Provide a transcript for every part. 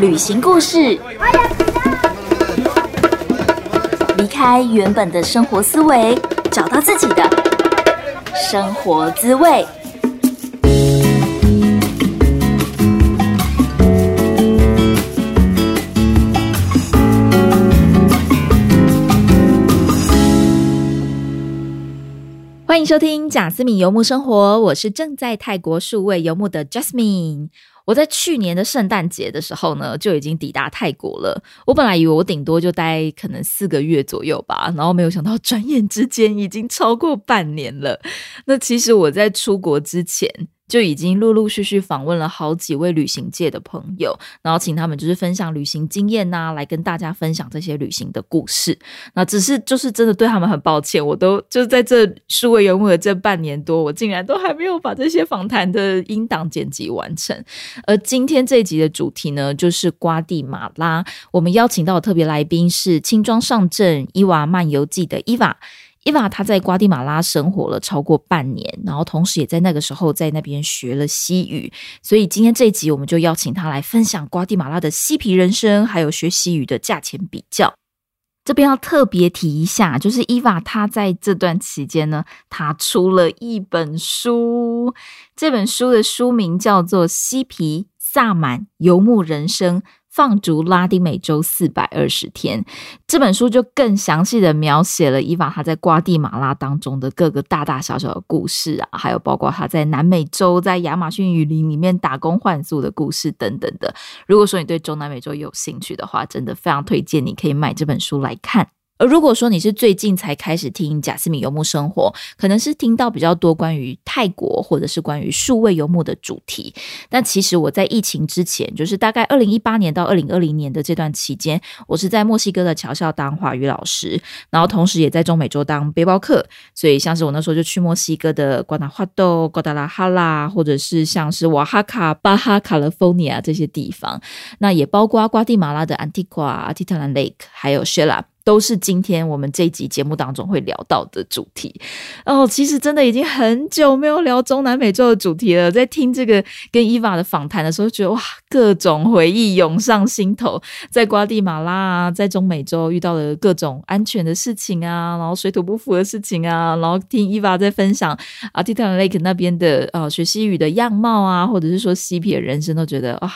旅行故事，离开原本的生活思维，找到自己的生活滋味。欢迎收听贾斯敏游牧生活，我是正在泰国数位游牧的 Jasmine。我在去年的圣诞节的时候呢，就已经抵达泰国了。我本来以为我顶多就待可能四个月左右吧，然后没有想到转眼之间已经超过半年了。那其实我在出国之前。就已经陆陆续续访问了好几位旅行界的朋友，然后请他们就是分享旅行经验呐、来跟大家分享这些旅行的故事。那只是就是真的对他们很抱歉，我都就是在这数位游牧的这半年多，我竟然都还没有把这些访谈的音档剪辑完成。而今天这一集的主题呢，就是瓜地马拉。我们邀请到的特别来宾是《轻装上阵：伊娃漫游记》的伊娃。伊娃她在瓜地马拉生活了超过半年，然后同时也在那个时候在那边学了西语，所以今天这一集我们就邀请她来分享瓜地马拉的嬉皮人生，还有学西语的价钱比较。这边要特别提一下，就是伊娃她在这段期间呢，她出了一本书，这本书的书名叫做《嬉皮萨满游牧人生》。放逐拉丁美洲四百二十天，这本书就更详细的描写了伊娃她在瓜地马拉当中的各个大大小小的故事啊，还有包括她在南美洲、在亚马逊雨林里面打工换宿的故事等等的。如果说你对中南美洲有兴趣的话，真的非常推荐你可以买这本书来看。而如果说你是最近才开始听贾斯敏游牧生活，可能是听到比较多关于泰国或者是关于数位游牧的主题，但其实我在疫情之前，就是大概二零一八年到二零二零年的这段期间，我是在墨西哥的侨校当华语老师，然后同时也在中美洲当背包客。所以像是我那时候就去墨西哥的瓜纳花豆、瓜达拉哈拉，或者是像是瓦哈卡、巴哈卡勒福尼亚这些地方，那也包括瓜地马拉的安提瓜、阿提特兰 Lake，还有 s h e l a 都是今天我们这一集节目当中会聊到的主题。哦，其实真的已经很久没有聊中南美洲的主题了。在听这个跟伊娃的访谈的时候，觉得哇，各种回忆涌上心头。在瓜地马拉啊，在中美洲遇到了各种安全的事情啊，然后水土不服的事情啊，然后听伊娃在分享啊，蒂坦 Lake 那边的呃学西语的样貌啊，或者是说嬉皮的人生，都觉得哇。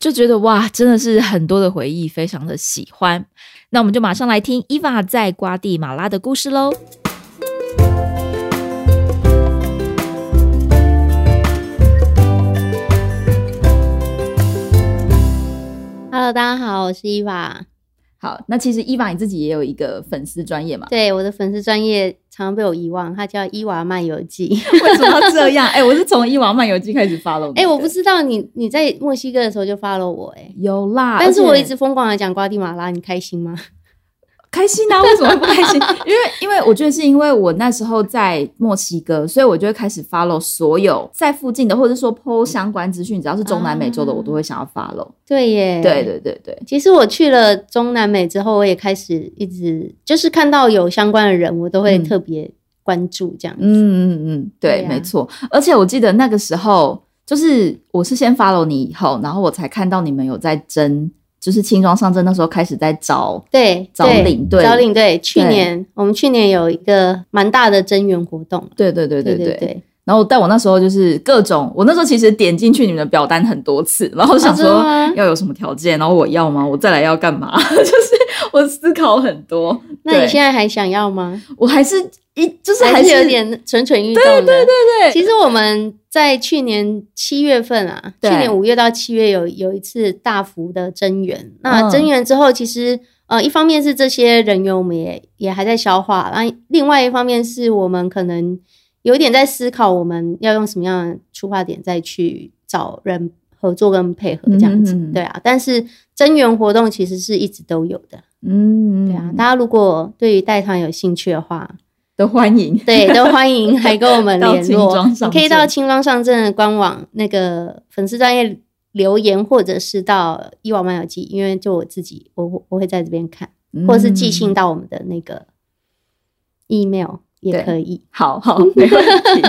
就觉得哇，真的是很多的回忆，非常的喜欢。那我们就马上来听伊娃在瓜地马拉的故事喽。 Hello，大家好，我是伊娃。好，那其实伊娃你自己也有一个粉丝专业嘛？ 对，我的粉丝专业常常被我遗忘，它叫伊娃漫游 记。为什么要这样？哎、我是从《伊娃漫游记》开始发了。哎、我不知道你你在墨西哥的时候就 follow 我哎、有啦，但是啊而且我一直疯狂的讲瓜地马拉，你开心 吗？开心啊，为什么会不开心？ 因为因为我觉得是因为我那时候在墨西哥，所以我就会开始 follow 所有在附近的，或者说 PO 相关资讯，只要是中南美洲的，啊我都会想要 follow。对耶，对。对对对，其实我去了中南美之后，我也开始一直就是看到有相关的人，我都会嗯特别关注这样子。嗯嗯嗯，对，对啊没错。而且我记得那个时候，就是我是先 follow 你以后，然后我才看到你们有在争，就是轻装上阵那时候开始在找对，找对领队找领队。去年我们去年有一个蛮大的增援活动，对对对对对对对，然后，但我那时候就是各种，我那时候其实点进去你们的表单很多次， 然后想哦真说的吗要有什么条件，然后我要吗？我 再来要干嘛？就是我思考很多。那你对现在还想要吗？我还是一就是还还是有点蠢蠢欲动的。对对对对其实我们在去年七月份啊，去对年五月到七月有有一次大幅的增援。那嗯增援之后，其实、呃，一方面是这些人员我们也也还在消化，那另外一方面是我们可能有点在思考我们要用什么样的出发点再去找人合作跟配合这样嗯子。嗯嗯对啊，但是增援活动其实是一直都有的。嗯，对啊，大家如果对于带团有兴趣的话，都欢迎。 对，都欢迎来跟我们到联轻络。装上你可以阵到青装上阵的官网那个粉丝专业留言，或者是到一网漫游记，因为就我自己，我我会在这边看，或者是寄信嗯到我们的那个 email 也对可以。好 好，没问题。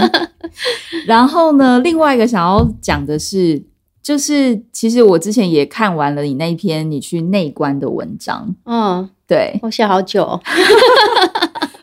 然后呢，另外一个想要讲的是，就是其实我之前也看完了你那一篇你去内观的文章，嗯，对，我写好久哦，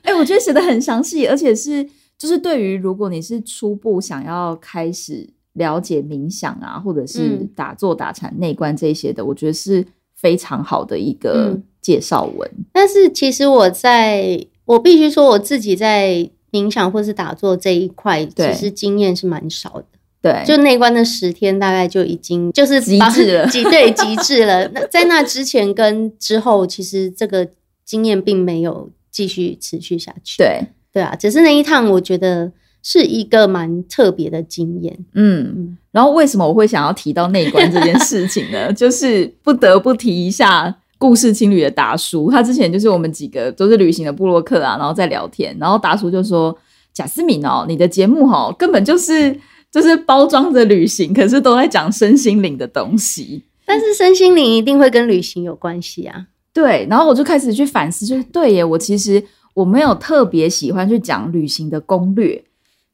哎、我觉得写的很详细，而且是就是对于如果你是初步想要开始了解冥想啊，或者是嗯打坐、打禅、内观这些的，我觉得是非常好的一个嗯介绍文。但是其实我在，我必须说我自己在冥想或是打坐这一块，对其实经验是蛮少的。对，就内观的十天，大概就已经就是极把致了 极对极致了。那在那之前跟之后，其实这个经验并没有继续持续下去。对，对啊，只是那一趟，我觉得是一个蛮特别的经验。嗯。嗯，然后为什么我会想要提到内观这件事情呢？就是不得不提一下故事青旅的达叔，他之前就是我们几个都是旅行的布洛克啊，然后在聊天，然后达叔就说：“贾斯敏哦，你的节目哦，根本就是就是包装着旅行，可是都在讲身心灵的东西。”但是身心灵一定会跟旅行有关系啊。对，然后我就开始去反思，就是对耶，我其实我没有特别喜欢去讲旅行的攻略，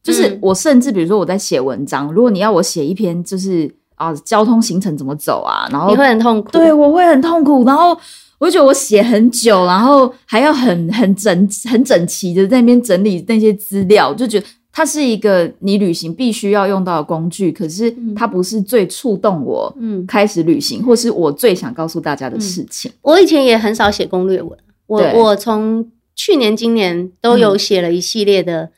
就是嗯我甚至比如说我在写文章，如果你要我写一篇就是啊交通行程怎么走啊，然后你会很痛苦。对我会很痛苦，然后我就觉得我写很久，然后还要很很整很整齐的在那边整理那些资料，就觉得。它是一个你旅行必须要用到的工具，可是嗯它不是最触动我嗯，开始旅行，或是我最想告诉大家的事情。我以前也很少写攻略文，我对嗯我从去年、今年都有写了一系列的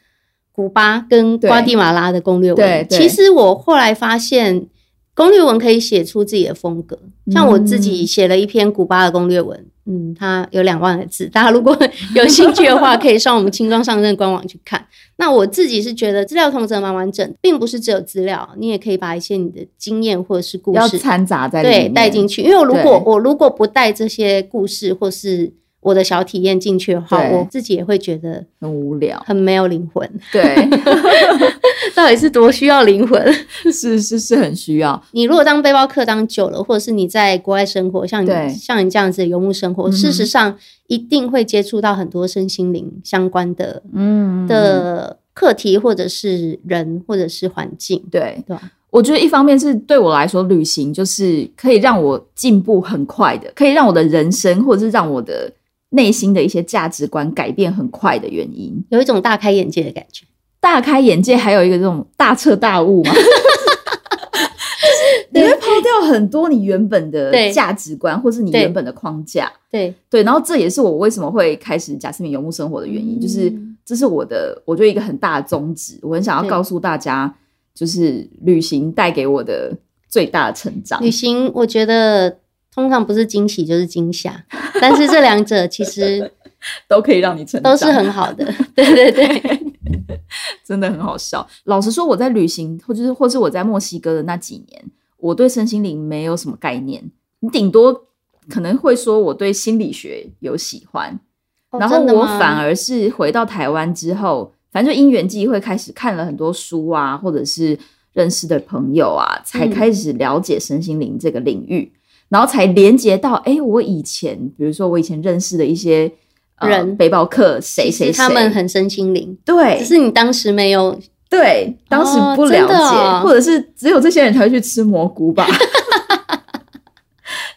古巴跟对瓜地马拉的攻略文。对对其实我后来发现，攻略文可以写出自己的风格。嗯像我自己写了一篇古巴的攻略文，嗯，它有两万个字，大家如果有兴趣的话，可以上我们轻装上阵官网去看。 那我自己是觉得资料通则蛮完整，并不是只有资料，你也可以把一些你的经验或者是故要事掺杂在里对面，带进去。因为我如果对我如果不带这些故事或是我的小体验进去的话，对我自己也会觉得很无 聊。很没有灵魂。对， 到底是多需要灵魂？ 是是是很需要。你如果当背包客当久了，或者是你在国外生活，像对你像你这样子的游牧生活，嗯哼事实上一定会接触到很多身心灵相关的嗯，的课题，或者是人，或者是环境。对对啊我觉得一方面是对我来说，旅行就是可以让我进步很快的，可以让我的人生或者是让我的内心的一些价值观改变很快的原因。有一种大开眼界的感觉，大开眼界，还有一个这种大彻大悟 嘛。就是你会抛掉很多你原本的对价值观，或是你对原本的框架，对，对，然后这也是我为什么会开始贾斯敏游牧生活的原因，就是嗯这是我的，我觉得一个很大的宗旨，我很想要对告诉大家，就是旅行带给我的最大的成长。旅行，我觉得通常不是惊喜就是惊吓，但是这两者其实都可以让你成长，都是很 好的。对对对，真的很好笑。老实说，我在旅行，或就是或是我在墨西哥的那几年，我对身心灵没有什么概念，你顶多可能会说我对心理学有喜欢，然后哦真的我吗反而是回到台湾之后，反正就因缘际会开始看了很多书啊，或者是认识的朋友啊，才嗯开始了解身心灵这个领域，然后才连接到哎、诶我以前比如说我以前认识的一些。呃人背包客谁其谁谁，实他们很身心灵，对，只是你当时没有。对，当时哦不真了解，的哦或者是只有这些人才会去吃蘑菇吧。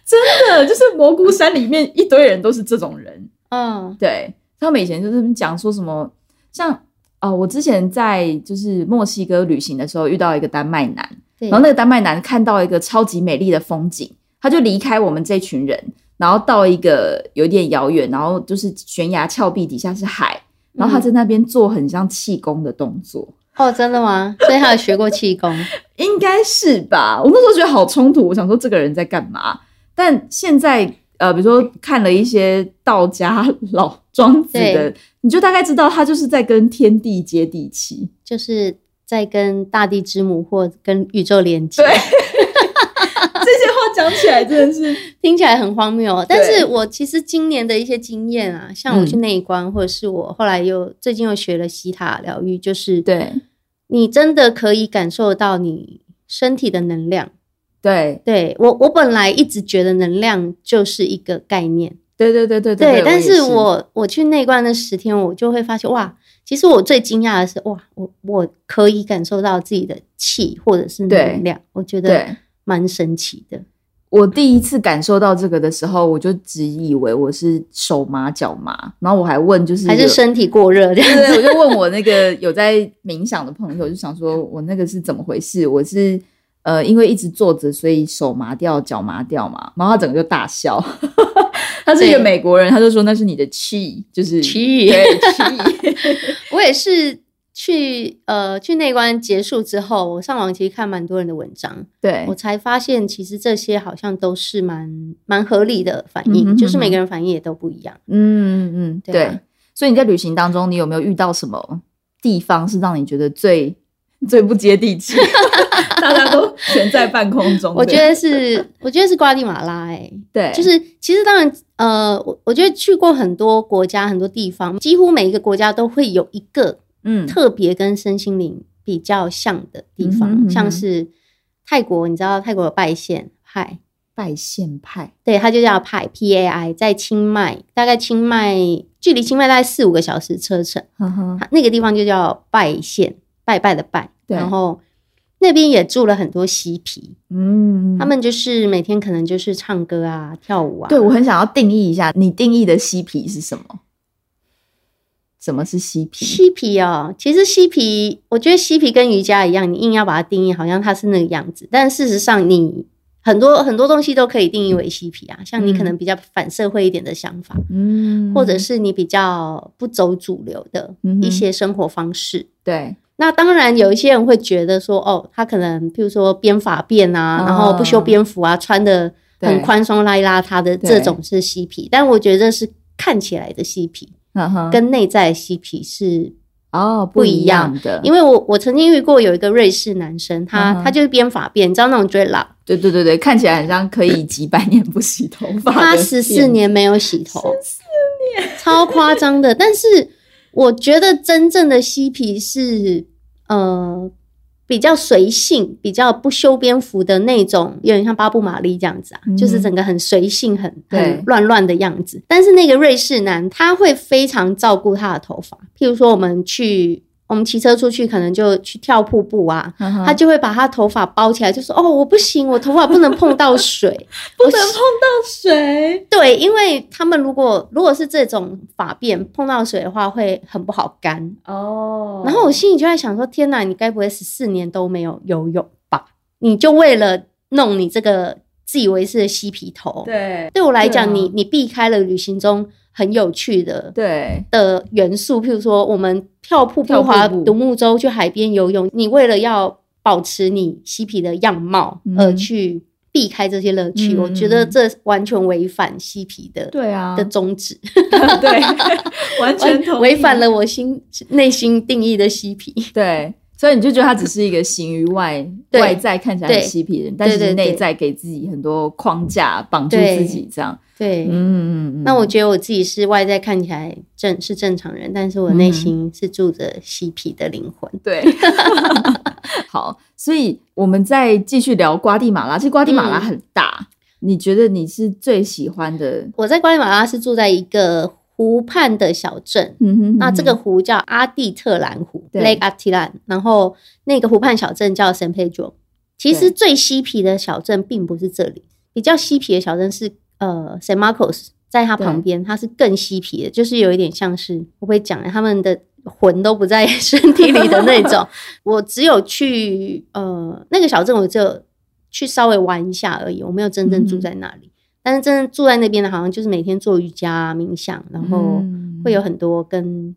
真的，就是蘑菇山里面一堆人都是这种人。嗯，对他们以前就是讲说什么，像哦，我之前在就是墨西哥旅行的时候遇到一个丹麦男，对然后那个丹麦男看到一个超级美丽的风景，他就离开我们这群人，然后到一个有点遥远，然后就是悬崖峭壁底下是海，然后他在那边做很像气功的动作。哦，真的吗？所以他有学过气功， 应该是吧。我那时候觉得好冲突，我想说这个人在干嘛？但现在呃，比如说看了一些道家老庄子的，你就大概知道他就是在跟天地接地气。 就是在跟大地之母或跟宇宙连接。对这些话讲起来真的是，听起来很荒谬哦，但对是我其实今年的一些经验啊，像嗯我去内观，或者是我后来又最近又学了西塔疗愈，就是对你真的可以感受到你身体的能量。对对我，我本来一直觉得能量就是一个概念，对对对对对，但是是我我去内观的十天，我就会发现哇，其实我最惊讶的是哇，我我可以感受到自己的气或者是对能量，我觉得对蛮神奇的。我第一次感受到这个的时候，我就只以为我是手麻脚麻，然后我还问就是还是身体过热这样对，我子，就问我那个 有在冥想的朋友，就想说我那个是怎么回事？我是呃，因为一直坐着，所以手麻掉、脚麻掉嘛。然后他整个就大笑， 他是一个对美国人，他就说那是你的气，就是气对气。我也是去呃去内观结束之后，我上网其实看蛮多人的文章，对我才发现其实这些好像都是蛮蛮合理的反应，嗯哼就是嗯哼每个人反应也都不一样。嗯嗯嗯，对啊对。所以你在旅行当中，你有没有遇到什么地方是让你觉得最最不接地气？ 大家都悬在半空中的。我觉得是，我觉得是瓜地马拉、欸，对，就是其实当然，呃，我我觉得去过很多国家、很多地方，几乎每一个国家都会有一个嗯，特别跟身心灵比较像的地嗯方，哼嗯哼像是泰国，你知道泰国有拜县派，拜县派对，它就嗯叫派 P A I，在清迈，大概清迈距离清迈大概四五个小时车程，呵呵，它那个地方就叫拜县，拜拜的拜，对然后那边也住了很多嬉皮，嗯，他们就是每天可能就是唱歌啊、跳舞啊，对我很想要定义一下，你定义的嬉皮是什么？什么是嬉皮？嬉皮哦，其实嬉皮，我觉得嬉皮跟瑜伽一样，你硬要把它定义好像它是那个样子，但事实上你很多很多东西都可以定义为嬉皮啊，像你可能比较反社会一点的想法，嗯或者是你比较不走主流的嗯哼一些生活方式。对，那当然，有一些人会觉得说，哦，他可能譬如说编发辫啊，嗯然后不修边幅啊，穿的很对宽松邋里邋遢的，对这种是嬉皮。但我觉得这是看起来的嬉皮，呵呵跟内在的嬉皮是哦不不一一样样的，因为我我曾经遇过有一个瑞士男生，他、嗯哼他就是编发辫，你知道那种 d r e a d l o 对对对对，看起来很像可以几百年不洗头 发的他店，十四年没有洗头，十四年超夸张的。但是我觉得真正的嬉皮是呃比较随性、比较不修边幅的那种，有点像巴布玛丽这样子啊，嗯就是整个很随性、很对很乱乱的样子。但是那个瑞士男他会非常照顾他的头发，譬如说我们去。我们骑车出去，可能就去跳瀑布啊，呵呵，他就会把他头发包起来，就说：“哦，我不行，我头发不能碰到 水，不能碰到水，对，因为他们如果如果是这种发辫碰到水的话，会很不好干。哦然后我心里就在想说：天哪，你该不会十四年都没有游泳吧？你就为了弄你这个自以为是的嬉皮头？对对我来讲，对啊你你避开了旅行中很有趣的对的元素，譬如说我们跳瀑布、跳瀑划布独木舟、去海边游泳，你为了要保持你嬉皮的样貌嗯而去避开这些乐趣，嗯我觉得这完全违反嬉皮的。对啊， 的宗 旨，对，完全同意违反了我心内心定义的嬉 皮。对，所以你就觉得他只是一个形于外对外在看起来很嬉皮的人，但对是对内对在给自己很多框架绑住自己这样。对，嗯嗯嗯。那我觉得我自己是外在看起来正是正常人，但是我内心是住着嬉皮的灵魂。对， 好，所以我们再继续聊瓜地马拉。其实瓜地马拉嗯很大，你觉得你是最喜欢的？我在瓜地马拉是住在一个湖畔的小镇。嗯哼那这个湖叫阿蒂特兰湖对 （Lake Atitlan），然后那个湖畔小镇叫 San Pedro。其实对最嬉皮的小镇并不是这里，比较嬉皮的小镇是呃 San Marcos，在它旁边，它是更嬉皮的，就是有一点像是我会讲他们的魂都不在 身体里的那 种。我只有去呃那个小镇，我只有去稍微玩一下而已，我没有真正住嗯哼在那里。但是真正住在那边的，好像就是每天做瑜伽、啊、冥想，然后。哦嗯会有很多跟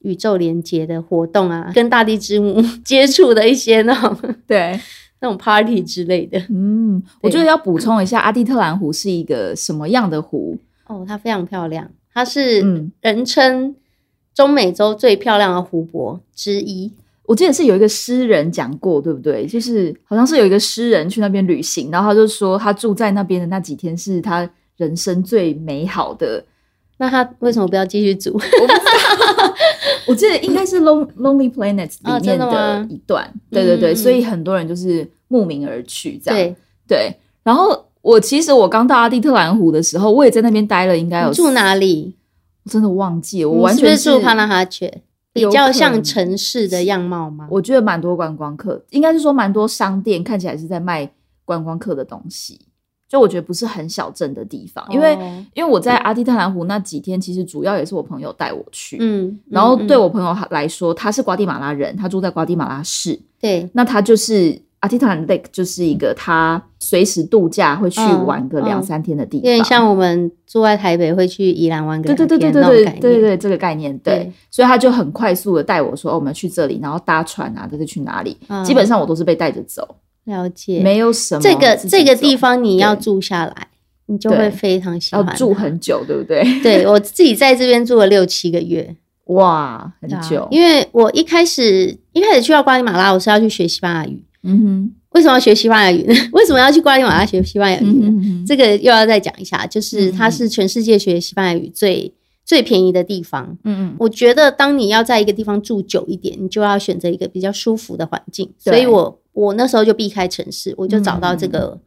宇宙连接的活动啊，跟大地之母 接触的一些那种 对，那种 party 之类的。嗯，我对觉得要补充一下，阿蒂特兰湖是一个什么样的湖？哦，它非常漂亮，它是嗯人称中美洲最漂亮的湖泊之一。我记得是有一个诗人讲过，对不对？就是好像是有一个诗人去那边旅行，然后他就说他住在那边的那几天是他人生最美好的。那它为什么不要继续煮？我记得应该是《Lon Lonely Planet》嗯哦里面真的吗的一段，对对对，嗯嗯所以很多人就是慕名而去这样。对，对，然后我其实我刚到阿蒂特兰湖的时候，我也在那边待了，应该有你住哪？里？我真的忘记了，我你完是不全是住帕纳哈雀？比有较可像能城市的样貌吗？我觉得蛮多观光客，应该是说蛮多商店看起来是在卖观光客的东西。就我觉得不是很小镇的地方，因为、哦因为我在阿蒂特兰湖那几天，其实主要也是我朋友带我去。嗯，然后嗯对嗯我朋友来说，他是瓜地马拉人，他住在瓜地马拉市，对那他就是阿提塔 Lake，就是一个他随时度假会去嗯玩个两嗯三天的地有方，点像我们住在台北会去宜兰湾对个对对对对两天那种对概对对对，念这个概念对，对所以他就很快速的带我说，哦，我们去这里，然后搭船啊，这是去哪里？嗯基本上我都是被带着走，了解。没有什么这个自己这个走地方你要对住下来，你就对会非常喜要欢住它。很久，对不 对？对我自己在这边住了六七个月，哇， 很对啊久，因为我一开始一开始去到瓜地马拉，我是要去学西班牙语。嗯哼为什么要学西班牙语呢？ 为什么要去瓜地马拉学西班牙语嗯哼呢？嗯哼，这个又要再讲一下，就是它嗯是全世界学西班牙语最最便宜的地方。嗯嗯我觉得，当你要在一个地方住久一点，你就要选择一个比较舒服的环境。对所以我我那时候就避开城市，我就找到这个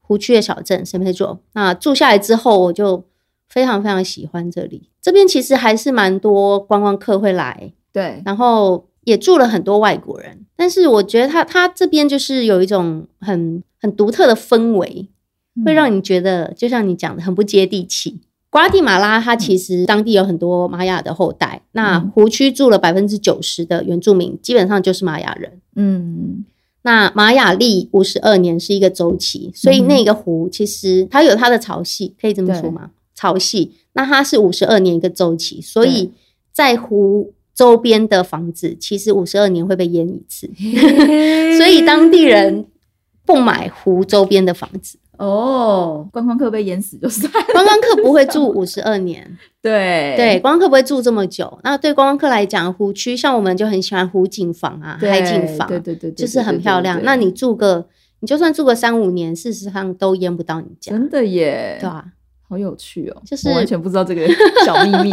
湖区的小镇 s a n p e d r 那住下来之后，我就非常非常喜欢这里。这边其实还是蛮多观光客会来，对，然后也住了很多外国人。但是我觉得他他这边就是有一种很很独特的氛围，嗯会让你觉得，就像你讲的，很不接地气。瓜地马拉它其实当地有很多玛雅的后代，那嗯湖区住了百分之九十的原住民，基本上就是玛雅人。嗯那玛雅历五十二年是一个周期，所以那个湖其实它有它的潮汐，可以这么说吗？潮汐，那它是五十二年一个周期，所以在湖周边的房子其实五十二年会被淹一次， 所以当地人不买湖周边的房子。 哦，观光客被淹死就算了，观光客不会住五十二年，对对，观光客不会住这么久。那对观光客来讲，湖区像我们就很喜欢湖景房啊、对海景房，对对对，对就是对很对漂对亮。对那你住个，你就算住个三五年，事实上都淹不到你家，真的耶，对吧、 好有趣哦，就是我完全不知道这个 小秘 密。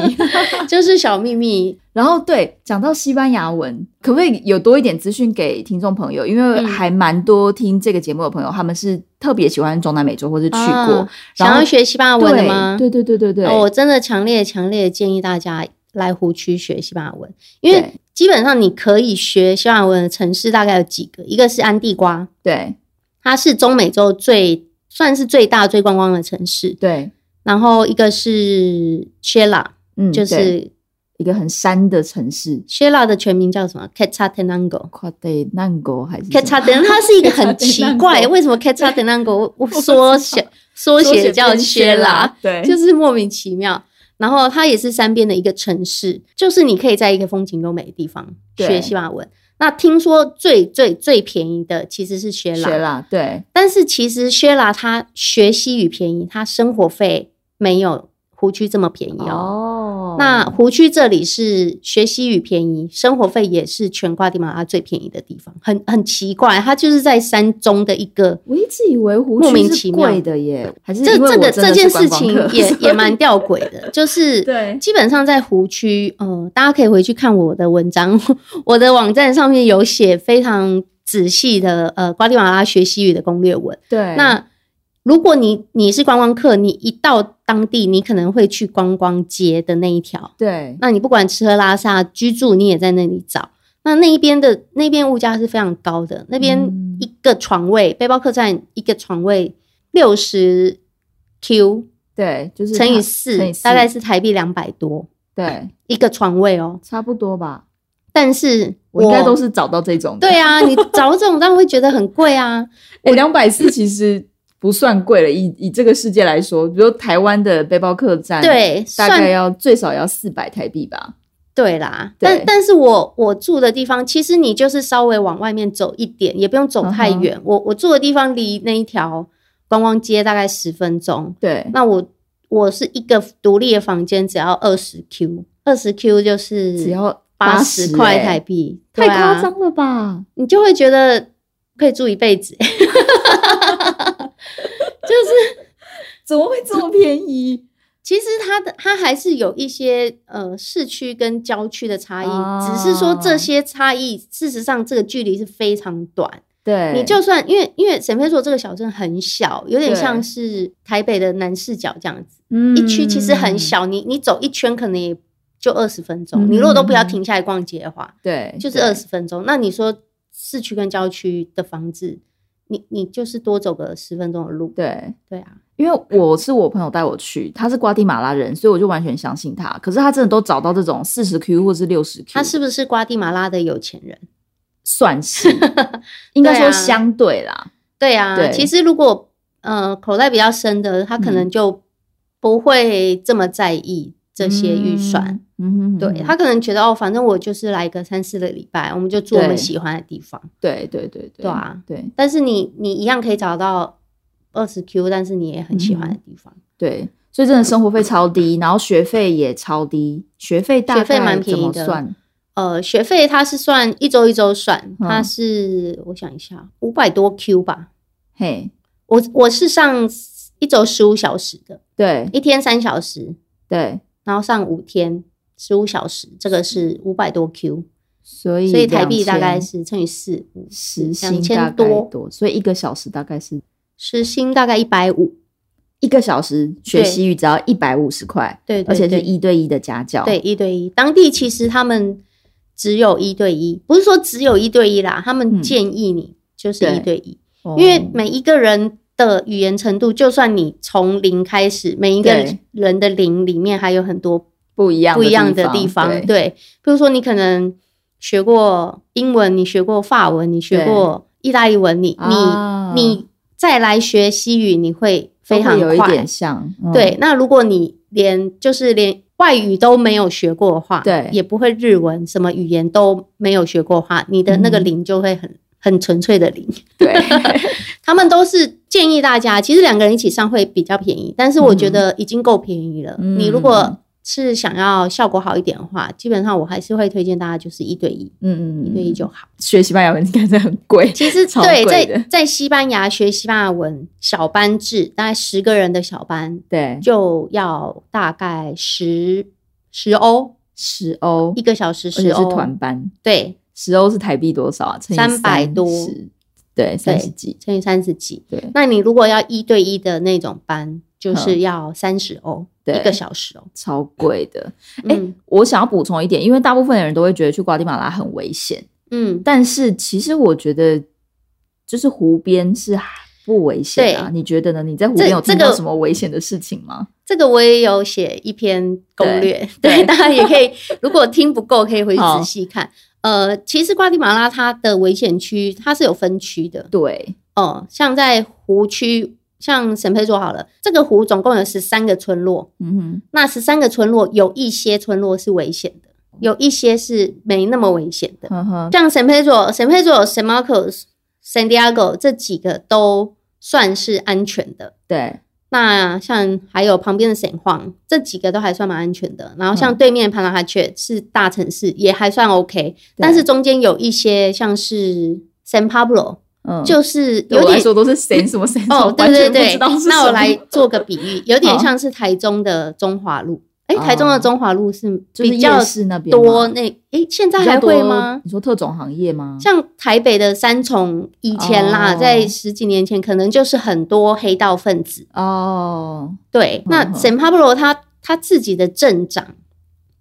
就是小秘密，然后对，讲到西班牙文，可不可以有多一点资讯给听众朋友？因为嗯还蛮多听这个节目的朋友，他们是特别喜欢中南美洲或是去过啊，想然后要学西班牙文的吗？对对对对对对，哦我真的强烈强烈建议大家来湖区学西班牙文，因为对基本上你可以学西班牙文的城市大概有几个，一个是安地瓜，对它是中美洲最算是最大最观光的城市，对，然后一个是 Shela，嗯，就对是一个很山的城市 Shela 的全名叫什么 c a t a t e n a n g o 跨 a 难国还是 c a 什么 t a t e n 它是一个很奇怪， Quetzaltenango 为什么 c a t a t e n a n g o 缩写缩缩写叫变 Shela，对，就是莫名其妙。然后它也是山边的一个城市，就是你可以在一个风景优美的地方对学西班牙文。那听说最最最便宜的其实是学学啦，对，但是其实薛拉他学西语便宜，他生活费没有湖区这么便宜哦。哦那湖区这里是学西语便宜，生活费也是全瓜地马拉最便宜的地方，很很奇怪，它就是在山中的一个。我一直以为湖莫区名是其妙贵的耶，还是这因为这我个真这的件是事观光情客也 也蛮所以吊诡的，就是对基本上在湖区，呃，大家可以回去看我的文章， 我的网站上面有写非常仔细的呃瓜地马拉学西语的攻略文。对那如果你你是观光客，你一到当地，你可能会去观光街的那一条。对那你不管吃喝拉撒居住，你也在那里找。那那一边的那边物价是非常高的，那边嗯一个床位、背包客栈一个床位六十 Q 对，就是乘以它四乘以，四大概是台币两百多对，一个床位哦。差不多吧。但是我应该都是找到这种的。对啊，你找这种当然会觉得很贵啊。诶，两百四其实不算贵了，以以这个世界来说，比如台湾的背包客栈，，对， 大算概要最少要四百台币吧。对啦，对但但是我我住的地方，其实你就是稍微往外面走一点，也不用走嗯太远。我我住的地方离那一条观光街大概十分钟。对，那我我是一个独立的房间，只要二十 Q，二十 Q 就是只要嗯八80十块欸台币，太对啊夸张了吧？你就会觉得可以住一辈子、 怎么会这么便 宜？其实它的它还是有一些呃市区跟郊区的差异，哦只是说这些差异，事实上这个距离是非常短。对，你就算因为因为沈飞说这个小镇很小，有点对像是台北的南市角这样子，嗯一区其实很，小，你你走一圈可能也就二十分钟。你如果都不要停下来逛街的话，嗯对，就是对二十分钟。那你说市区跟郊区的房子，你你就是多走个十分钟的路。对，对啊，因为我是我朋友带我去，他是瓜地马拉人，所以我就完全相信他。可是他真的都找到这种四十 Q 或是六十 Q，他是不是瓜地马拉的有钱人？算 是应该说啊相对啦，对啊，对嗯其实如果呃口袋比较深的，他可能就不会这么在意这些预算。嗯，嗯哼对他可能觉得哦，反正我就是来个三四个礼拜，我们就住我们对喜欢的地方。对对对对对啊，对但是你你一样可以找到二十 Q，但是你也很喜欢嗯的地方。对，所以真的生活费超低，然后学费也超低，学费大学费概蛮便怎宜么的算？呃，学费它是算一周一周算，嗯它是我想一下，五百多 Q 吧。嘿，我我是上一周十五小时的，对一天三小时，对，然后上五天十五小时，这个是五百多 Q，所以所以台币大概2000是乘以四五时薪两大千概多，多，所以一个小时大概是时薪大概一百五，一个小时学对西语只要一百五十块，对，对而且是对一对一的家教，对，一对一。当地其实他们只有一对一，不是说只有一对一啦，他们嗯建议你就是对一对一，哦，因为每一个人的语言程度，就算你从零开始，每一个对人的零里面还有很多不一样不一样的地方。对对，比如说你可能学过英文，你学过法文，你学对过意大利文，你啊你你再来学西语，你会非都会常有一快点。像，嗯对，那如果你连就是连外语都没有学过的话，对也不会日文，什么语言都没有学过的话，你的那个嗯零就会很很纯粹的零。 对他们都是建议大家，其实两个人一起上会比较便宜，但是我觉得已经够便宜了。嗯你如果是想要效果好一点的话，基本上我还是会推荐大家就是一对一，嗯嗯，一对一就好。学西班牙文应该是很贵，其实 超对，贵的在在西班牙学西班牙文小班制，大概十个人的小班对，就要大概十十欧十欧一，个小时，而十且是欧团班，对十欧是台币多少啊？乘以300多30对，三十几，乘以三十几。对那你如果要一对一的那种班，就是嗯要三十欧对一个小时哦。超贵的。哎、嗯我想要补充一点，因为大部分的人都会觉得去瓜地马拉很危险，嗯，但是其实我觉得，就是湖边是不危险啊。对你觉得呢？你在湖这边有听这到个什么危险的事情吗？这个我也有写一篇攻略，对 对，对大家也可以，如果听不够，可以回去好仔细看。呃，其实瓜地马拉它的危险区它是有分区的，对，哦、像在湖区，像沈佩说好了，这个湖总共有十三个村落，嗯哼，那十三个村落有一些村落是危险的，有一些是没那么危险的，呵呵，像 San Pedro、San Pedro、San Marcos、San Diego 这几个都算是安全的。对，那像还有旁边的沈晃，这几个都还算蛮安全的。然后像对面潘拉哈雀是大城市，也还算 OK，但是中间有一些像是 San Pablo，、嗯，就是对有我来点说都是谁什么谁 哦，对对对，那我来做个比喻，有点好像是台中的中华路。哎、哦台中的中华路是就是比较夜市那边多吗那哎、现在比还较多会吗？你说特种行业吗？像台北的三重以前啦，哦在十几年前可能就是很多黑道分子。哦对，那嗯哼 San Pablo 他他自己的镇长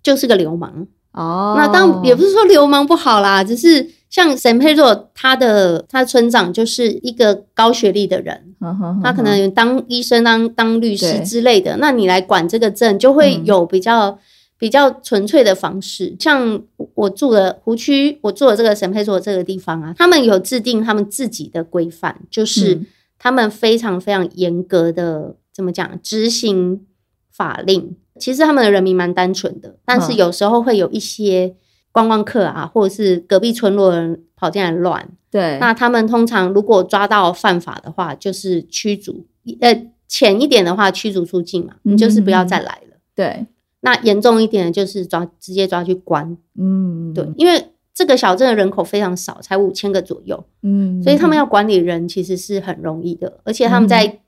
就是个流氓。哦，那当然也不是说流氓不好啦，只是像 San Pedro 他的他村长就是一个高学历的人。哦呵呵呵他可能有当医生、当当律师嗯对之类的，那你来管这个镇，就会嗯有比较、比较纯粹的方式。像我我住的湖区，我住的这个沈佩做这个地方啊，他们有制定他们自己的规范，就是嗯他们非常非常严格的怎么讲执行法令。其实他们的人民蛮单纯的，但是嗯有时候会有一些观光客啊，或者是隔壁村落的人跑进来乱，对那他们通常如果抓到犯法的话，就是驱逐，呃，浅一点的话驱逐出境嘛，嗯你就是不要再来了。对，那严重一点的就是抓直接抓去关，嗯对，因为这个小镇的人口非常少，才五千个左右，嗯，所以他们要管理人其实是很容易的，而且他嗯们在、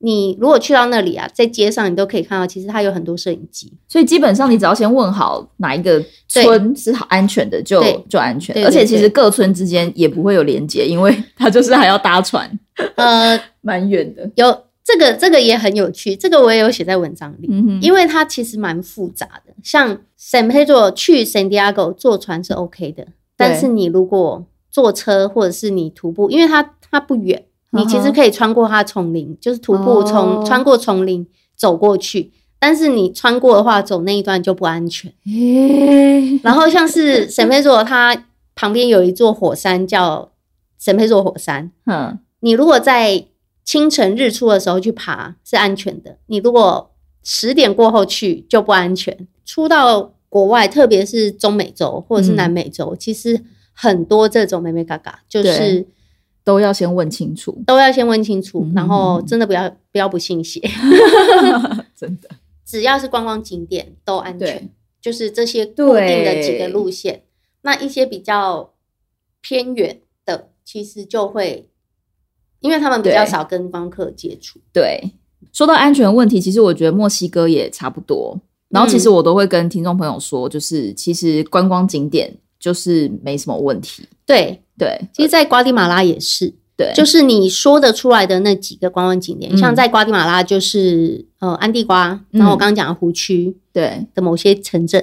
你如果去到那里啊，在街上你都可以看到，其实它有很多摄影机，所以基本上你只要先问好哪一个村是好安全的，就对就安全对。对而且其实各村之间也不会有连接，因为它就是还要搭船，呃，蛮远的。有这个这个也很有趣，这个我也有写在文章里。嗯哼，因为它其实蛮复杂的。像 San Pedro 去 San Diego 坐船是 OK 的，但是你如果坐车或者是你徒步，因为它它不远，你其实可以穿过它丛林，就是徒步从、哦穿过丛林走过去。但是你穿过的话，走那一段就不安 全。诶，然后像是沈佩佐，它旁边有一座火山叫沈佩佐火山。嗯，你如果在清晨日出的时候去爬是安全的，你如果十点过后去就不安全。出到国外，特别是中美洲或者是嗯南美洲，其实很多这种美美嘎嘎，就是对都要先问清楚，都要先问清楚嗯，然后真的不要不要不信邪， 真的。只要是观光景点都安全对，就是这些固定的几个路线。那一些比较偏远的，其实就会，因为他们比较对少跟观光客接触。对，说到安全问题，其实我觉得墨西哥也差不多。然后其实我都会跟听众朋友说，就是其实观光景点就是没什么问题。对，对，其实，在瓜地马拉也是，对，就是你说得出来的那几个观光景点，嗯像在瓜地马拉就是呃安地瓜，嗯然后我刚刚讲的湖区对，的某些 城镇，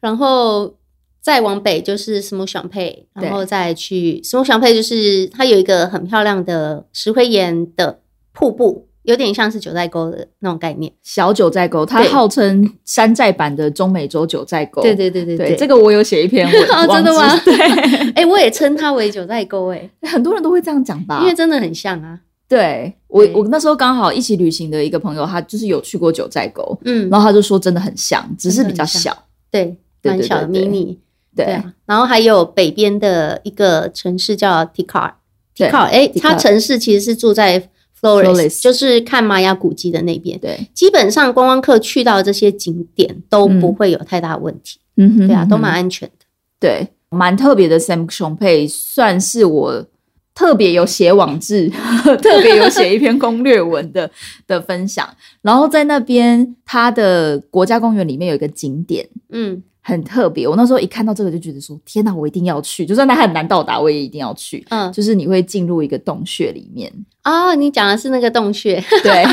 然后再往北就是斯 m 香佩，对然后再去斯 m 香佩，就是它有一个很漂亮的石灰岩的瀑布，有点像是九寨沟的那种概念。小九寨沟，它对号称山寨版的中美洲九寨沟。对对对对对对，，这个我有写一篇 文哦真的吗忘记对，哎、我也称它为九寨沟哎、 很多人都会这样讲吧？因为真的很像啊。对我对我那时候刚好一起旅行的一个朋友，他就是有去过九寨沟，嗯，然后他就说真的很像，只是比较真的很小。对，对蛮对小的对对 mini。对对啊，然后还有北边的一个城市叫 Tikar，Tikar，对哎， Tikal 它城市其实是住在 Flores Flores，就是看玛雅古迹的那边。对，基本上观光客去到这些景点都不会有太大问题，嗯哼对嗯啊，哼都蛮安全的。对，蛮特别的。Sam 熊佩算是我特别有写网志， 特别有写一篇攻略文的 的分享。然后在那边，它的国家公园里面有一个景点。嗯，很特别，我那时候一看到这个就觉得说，天哪，我一定要去！就算它很难到达，我也一定要去。嗯就是你会进入一个洞穴里面，哦，你讲的是那个洞穴， 对，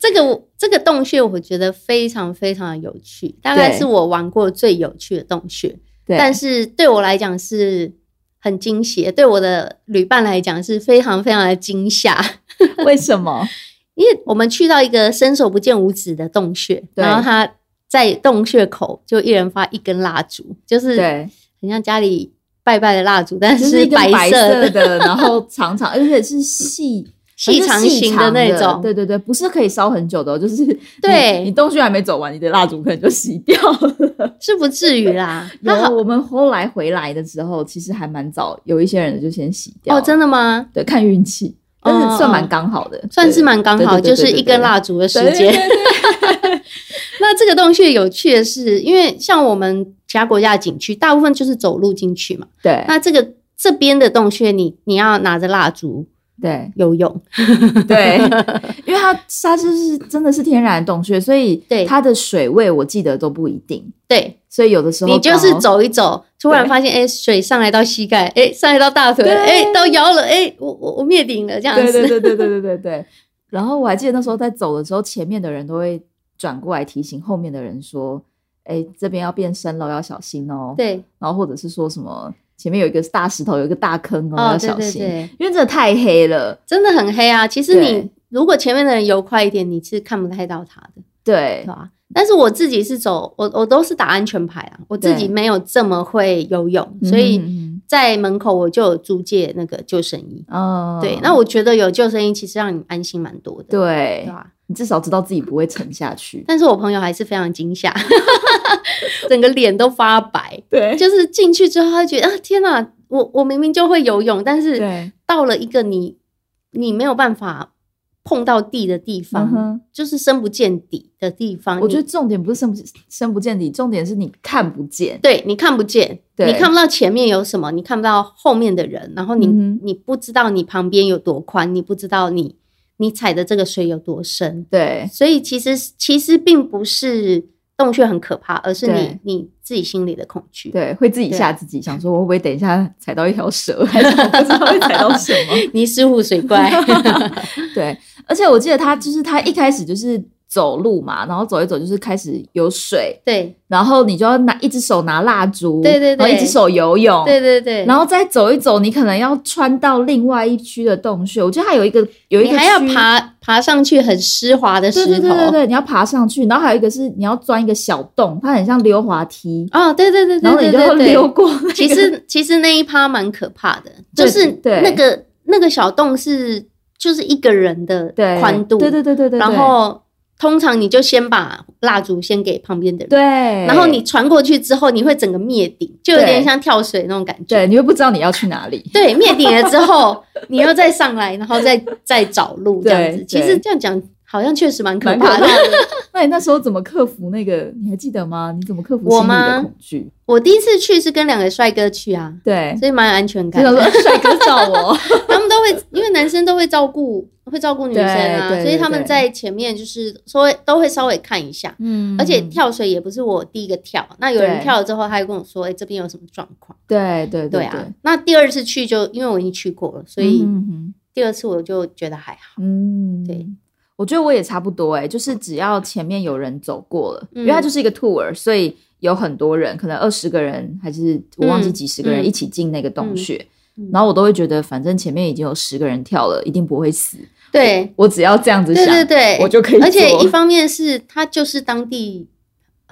这个我这个洞穴我觉得非常非常的有趣，大概对是我玩过最有趣的洞穴，对但是对我来讲是很惊喜，对我的旅伴来讲是非常非常的惊吓。为什么？因为我们去到一个伸手不见五指的洞穴，对然后他在洞穴口就一人发一根蜡烛，就是对，很像家里拜拜的蜡烛， 但就是一个白白色色的，然后长长，而且是 细细长型的那很长种。对对对，不是可以烧很久的哦， 就是你对你洞穴还没走完，你的蜡烛可能就熄掉了。。是不至于啦 然好哦后我们后来回来的时候，其实还蛮早，有一些人就先熄掉哦，真的的吗？对，看运气，但哦是算哦蛮刚好的，算对是蛮刚对对好，对就是对对一根对蜡烛的时对对间。对对 那这个洞穴有趣的是，因为像我们其他国家的景区，大部分就是走路进去嘛。对那这个这边的洞穴你，你要拿着蜡烛 对游泳， 对， 因为它它就是真的是天然洞穴，所以对它的水位我记得都不一定，对，所以有的时候你就刚是好走一走，突然对发现，哎、水上来到膝盖，哎、上来到大腿，对哎、到腰了，哎、我我我灭顶了，这样子。对对对对对对对对。然后我还记得那时候在走的时候，前面的人都会转过来提醒后面的人说：“哎，这边要变深了，要小心哦。”。 对然后或者是说什么前面有一个大石头，有一个大坑哦，哦，要对小对心，对，因为真的太黑了。真的很黑啊。其实你对如果前面的人游快一点，你是看不太到他的，对对吧、但是我自己是走，我我都是打安全牌啊，我自己对没有这么会游泳，所嗯以嗯在门口我就有租借那个救生衣。嗯对，那我觉得有救生衣其实让你安心蛮多的，对对吧、你至少知道自己不会沉下 去。但是我朋友还是非常惊吓， 整个脸都发白。对就是进去之后，他觉得啊，天哪，我我明明就会游泳，但是对，到了一个你你没有办法碰到地的地嗯方，哼。就是深不见底的地方，我觉你得重点不是深不深不见底，重点是你看不见。对你看不见，对你看不到前面有什么，你看不到后面的人，然后你、嗯哼你不知道你旁边有多宽，你不知道你你踩的这个水有多深，对所以其实其实并不是洞穴很可怕，而是你对你自己心里的恐惧。对，会自己对吓自己，想说我会不会等一下踩到一条 蛇，还是我不知道会踩到什么？尼斯湖水怪，对，而且我记得他就是他一开始就是走路嘛，然后走一走就是开始有水， 对然后你就要拿一只手拿蜡烛，对对对然后一只手游泳，对对对，哦然后再走一走，你可能要穿到另外一区的洞穴。我觉得还有一个有一你个还要区爬爬上去很湿滑的石对头，对对对对，你要爬上去，然后还有一个是你要钻一个小洞，它很像溜滑梯，哦，对对对对然后你对就要对对，溜过那个。其实其实那一趴蛮可怕的，对就是对那个那个小洞是就是一个人的对宽度，对对对对对，然后通常你就先把蜡烛先给旁边的人，对，然后你传过去之后，你会整个灭顶，就有点像跳水那种感对，觉。你会不知道你要去哪里。 对，灭顶了之后，你又再上来，然后再再找路这样子对。其对实这样讲好像确实蛮可蛮可怕怕的。的。那你那时候怎么克服那个？你还记得吗？你怎么克服我心里的吗恐惧？ 我第一次去是跟两个帅哥去啊，对，所以蛮有安全就感想的。说帅哥找我， 他们都会，因为男生都会照顾，会照顾女生啊，对对所以他们对在前面就是说都会稍微看一下。嗯而且跳水也不是我第一个跳，那有人对跳了之后，他还跟我说：“哎、这边有什么状况对对？”对啊，那第二次去就因为我已经去过了，所对以嗯哼第二次我就觉得还好。嗯，对。我觉得我也差不多哎、就是只要前面有人走过了，嗯因为它就是一个 tour，所以有很多人，可能二十个人还是我忘记嗯几十个人嗯一起进那个洞穴，嗯然后我都会觉得反正前面已经有十个人跳了，一定不会死，对，我只要这样子对想，对对，我就可以而且做一方面是它就是当地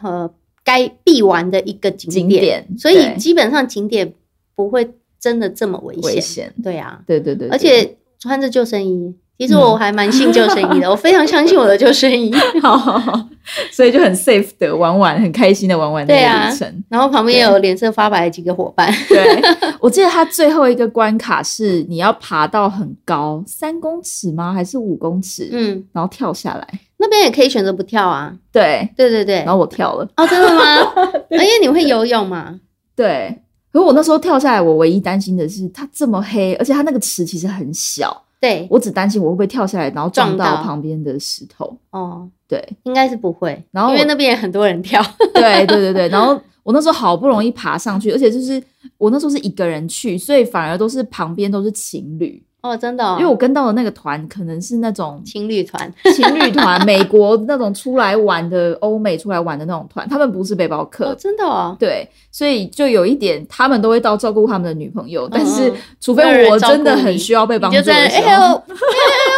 呃该必玩的一个景景点，点，所以对基本上景点不会真的这么危危险。险，对啊，对对嗯对，对而且穿着救生衣，其实我还蛮信救生衣的，我非常相信我的救 生衣。好， 所以就很 safe 的玩玩，很开心的玩玩那对个啊旅程。然后旁边有脸色发白的几个伙伴， 对，我记得它最后一个关卡是你要爬到很高，三公尺吗？还是五公尺？嗯，然后跳下来。那边也可以选择不跳啊。对，对对对然，后我跳了。哦，真的 吗？因为你会游泳嘛？对，可是我那时候跳下来，我唯一担心的是它这么黑，而且它那个池其实很小，对，我只担心我会不会跳下来，然后撞撞到到旁边的石头。哦，对应该是不会，然后因为我那边也很多人跳。 对对对对，然后我那时候好不容易爬上去，而且就是我那时候是一个人去，所以反而都是旁边都是情侣，哦，真的、哦，因为我跟到的那个团可能是那种情侣团，情侣团，美国那种出来玩的，欧美出来玩的那种团，他们不是背包客。哦，真的哦，对，所以就有一点，他们都会到照顾他们的女朋友，但是嗯除没有非人我照顾真的很你需要被帮你助就在的时哎候， 呦，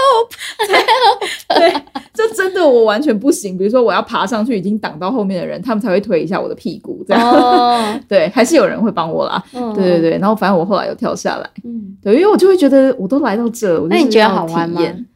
就真的我完全不行。比如说我要爬上去，已经挡到后面的人，他们才会推一下我的屁股，这样。哦， 对，还是有人会帮我啦。嗯 对对，对，然后反正我后来有跳下来，嗯，对，因为我就会觉得我都来到这，我就那你是觉得要好体玩吗验？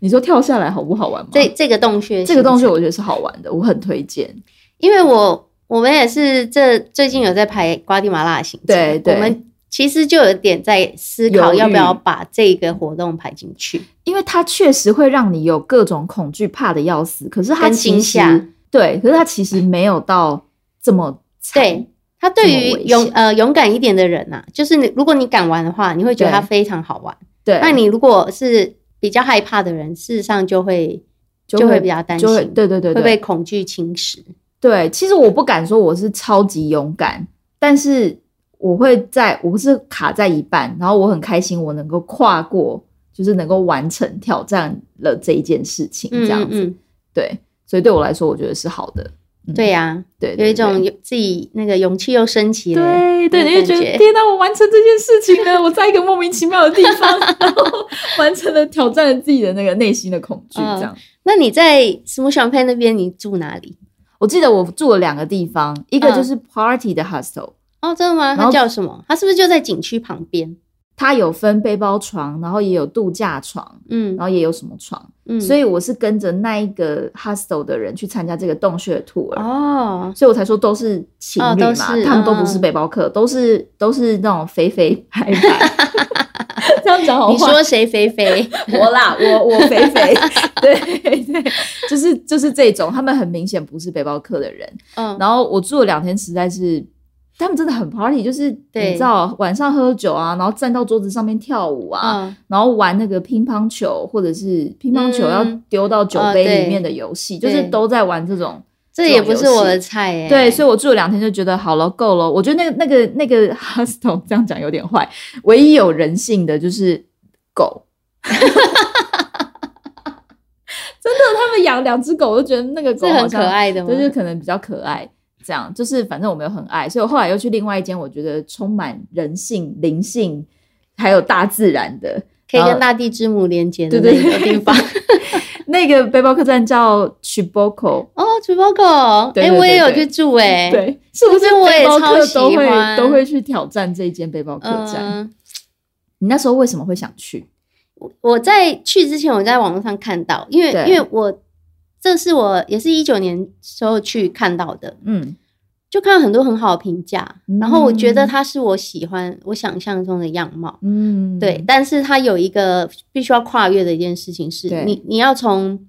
你说跳下来好不好玩吗？这这个洞穴，这个洞穴我觉得是好玩的，我很推荐。因为我我们也是这最近有在排瓜地马拉的行程，对对我们其实就有点在思犹考豫要不要把这个活动排进去。因为它确实会让你有各种恐惧，怕的要死。可是它跟其惊吓实对，可是它其实没有到这么惨对，它对这么于危勇险呃勇敢一点的人啊，就是你如果你敢玩的话，你会觉得对它非常好玩。对，那你如果是比较害怕的人，事实上就会就就会会比较担就会心对对对会对被恐惧侵蚀。对。其实我不敢说我是超级勇敢，但是我会在我是卡在一半，然后我很开心我能够跨过，就是能够完成挑战了这一件事情，这样子、嗯对。所以对我来说，我觉得是好的。嗯嗯、对呀、对，有对对一种有自己那个勇气又升起了。对对，那你就觉种感得觉天哪，我完成这件事情了，我在一个莫名其妙的地方，然后 完成了挑战了自己的那个内心的恐惧，嗯这样。那你在什么小佩那边，你住哪里？我记得我住了两个地方，一个就嗯是 party 的 hostel，、哦，真的吗？然后它叫什么？它是不是就在景区旁边？它有分背包床，然后也有度假床，嗯然后也有什么床，嗯，所以以我是跟着那一个 hostel 的人去参加这个洞穴 tour，、哦，所以我才说都是情哦侣都嘛，是他们都不嗯是背包客，都是都是那种肥肥白白， 这样讲好你坏说谁肥肥？我啦，我我肥肥，对对，就是就是这种，他们很明显不是背包客的人。 嗯，然后我住了两天，实在是他们真的很 party，就是你对知道晚上喝酒啊，然后站到桌子上面跳舞啊，嗯然后玩那个乒乓球或者是乒乓球嗯要丢到酒哦杯里对面的游戏，就是对都在玩这种。这也不是我的菜哎。对，所以我住了两天就觉得好了，够了。我觉得那个那个那个 hostel 这样讲有点坏，唯一有人性 的就是狗。真的，他们养两只狗，我就觉得那个狗是好很像可爱的吗？就是可能比较可爱，这样就是反正我没有很爱，所以我后来又去另外一间，我觉得充满人性、灵性，还有大自然的可以然后跟大地之母连接的对那对个地方。那个背包客栈叫 Chiboko， 哦，主播狗，对哎，对我也有对对去住哎，对，是不是但是我也背包超客喜都会欢都会去挑战这一间背包客栈？嗯，你那时候为什么会想去？我在去之前，我在网络上看到，因为对因为我这是我也是一九年时候去看到的，嗯，就看到很多很好的评价，嗯然后我觉得它是我喜欢我想象中的样貌，嗯，对，但是它有一个必须要跨越的一件事情对是，你你要从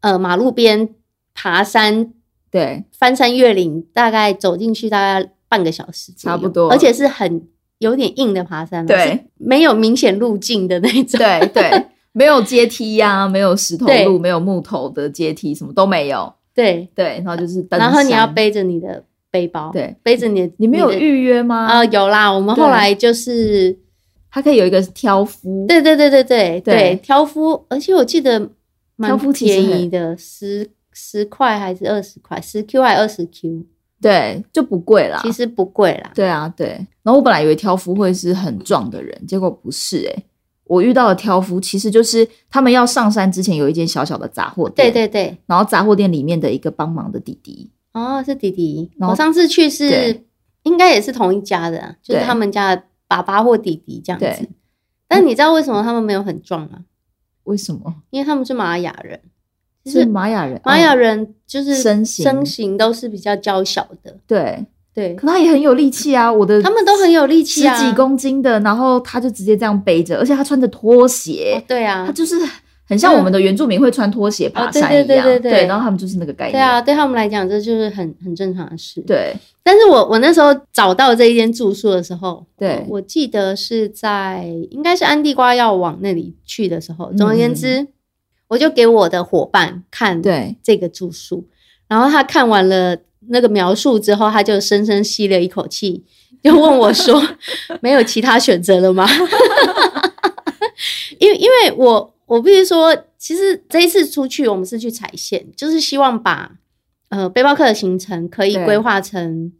呃马路边爬山对，翻山越岭，大概走进去大概半个小时左右，差不多而且是很有点硬的爬山，对，没有明显路径的那种，对对，没有阶梯呀、没有石头对路，没有木头的阶梯，什么都没有。对。对，然后就是登然后你要山背着你的背包，，对，背着你的，你们有的预约吗？啊、有啦，我们对后来就是，它可以有一个挑夫，对对对对对对对，挑夫，而且我记得挑蛮夫其实便很宜的，十十块还是二十块，十 Q 还二十 Q，对，就不贵啦。其实不贵啦。对啊，对。然后我本来以为挑夫会是很壮的人，结果不是哎、我遇到的挑夫其实就是他们要上山之前有一间小小的杂货店，对对对，然后杂货店里面的一个帮忙的弟弟，哦，是弟弟，然后我上次去是对应该也是同一家的啊，就是对他们家的爸爸或弟弟这样子对。但你知道为什么他们没有很壮吗？为什么因为他们是玛雅人，就是是玛雅人？玛雅哦、人就是身形身形都是比较娇小的，对，对，可他也很有力气啊，我的他们都很有力气啊，十几公斤的，然后他就直接这样背着，而且他穿着拖鞋哦，对啊他，就是很像我们的原住民会穿拖鞋爬山一样，哦对对对对对然后他们就是那个概念，对啊，对他们来讲这就是很很正常的事。，对但是我我那时候找到这一间住宿的时候，对我我记得是在应该是安地瓜要往那里去的时候，总而嗯言之，我就给我的伙伴看对这个住宿，然后他看完了那个描述之后，他就深深吸了一口气，就问我 说：“没有其他选择了吗？” 因为因为我我必须说，其实这一次出去我们是去踩线，就是希望把呃背包客的行程可以对规划成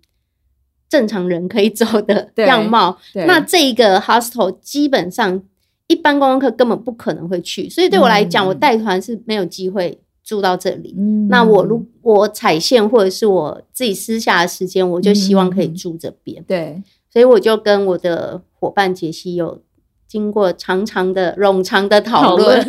正常人可以走的对样貌。对那这一个 hostel 基本上一般观光客根本不可能会去，所以对我来讲，嗯我带团是没有机会住到这里。嗯那我如我踩线或者是我自己私下的时间，我就希望可以住这边，对所以我就跟我的伙伴杰西有经过长长的冗长的讨论。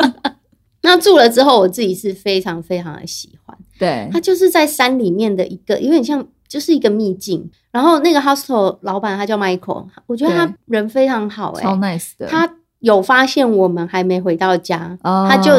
那住了之后，我自己是非常非常的喜欢。对它就是在山里面的一个，有点像就是一个秘境。然后那个 hostel 老板他叫 Michael，我觉得他对人非常好哎、超 nice 的，他有发现我们还没回到家，啊他就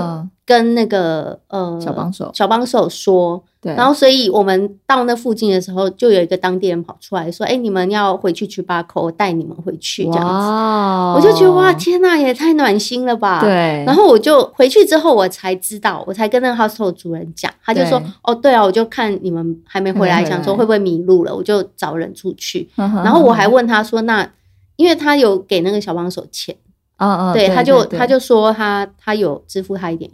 跟那个呃小帮手小帮手说，对，然后所以我们到那附近的时候，就有一个当地人跑出来说：“哎、你们要回去去巴口，我带你们回去。”这样子，哇哦我就觉得哇，天呐，也太暖心了吧！对，然后我就回去之后，我才知道，我才跟那个 hostel 主人讲，他就说对：“哦，对啊，我就看你们还没回还来，没回来想说会不会迷路了，我就找人出去。嗯哼然后我还问他说：“那因为他有给那个小帮手钱，嗯嗯，对，他就对他就说他他有支付他一点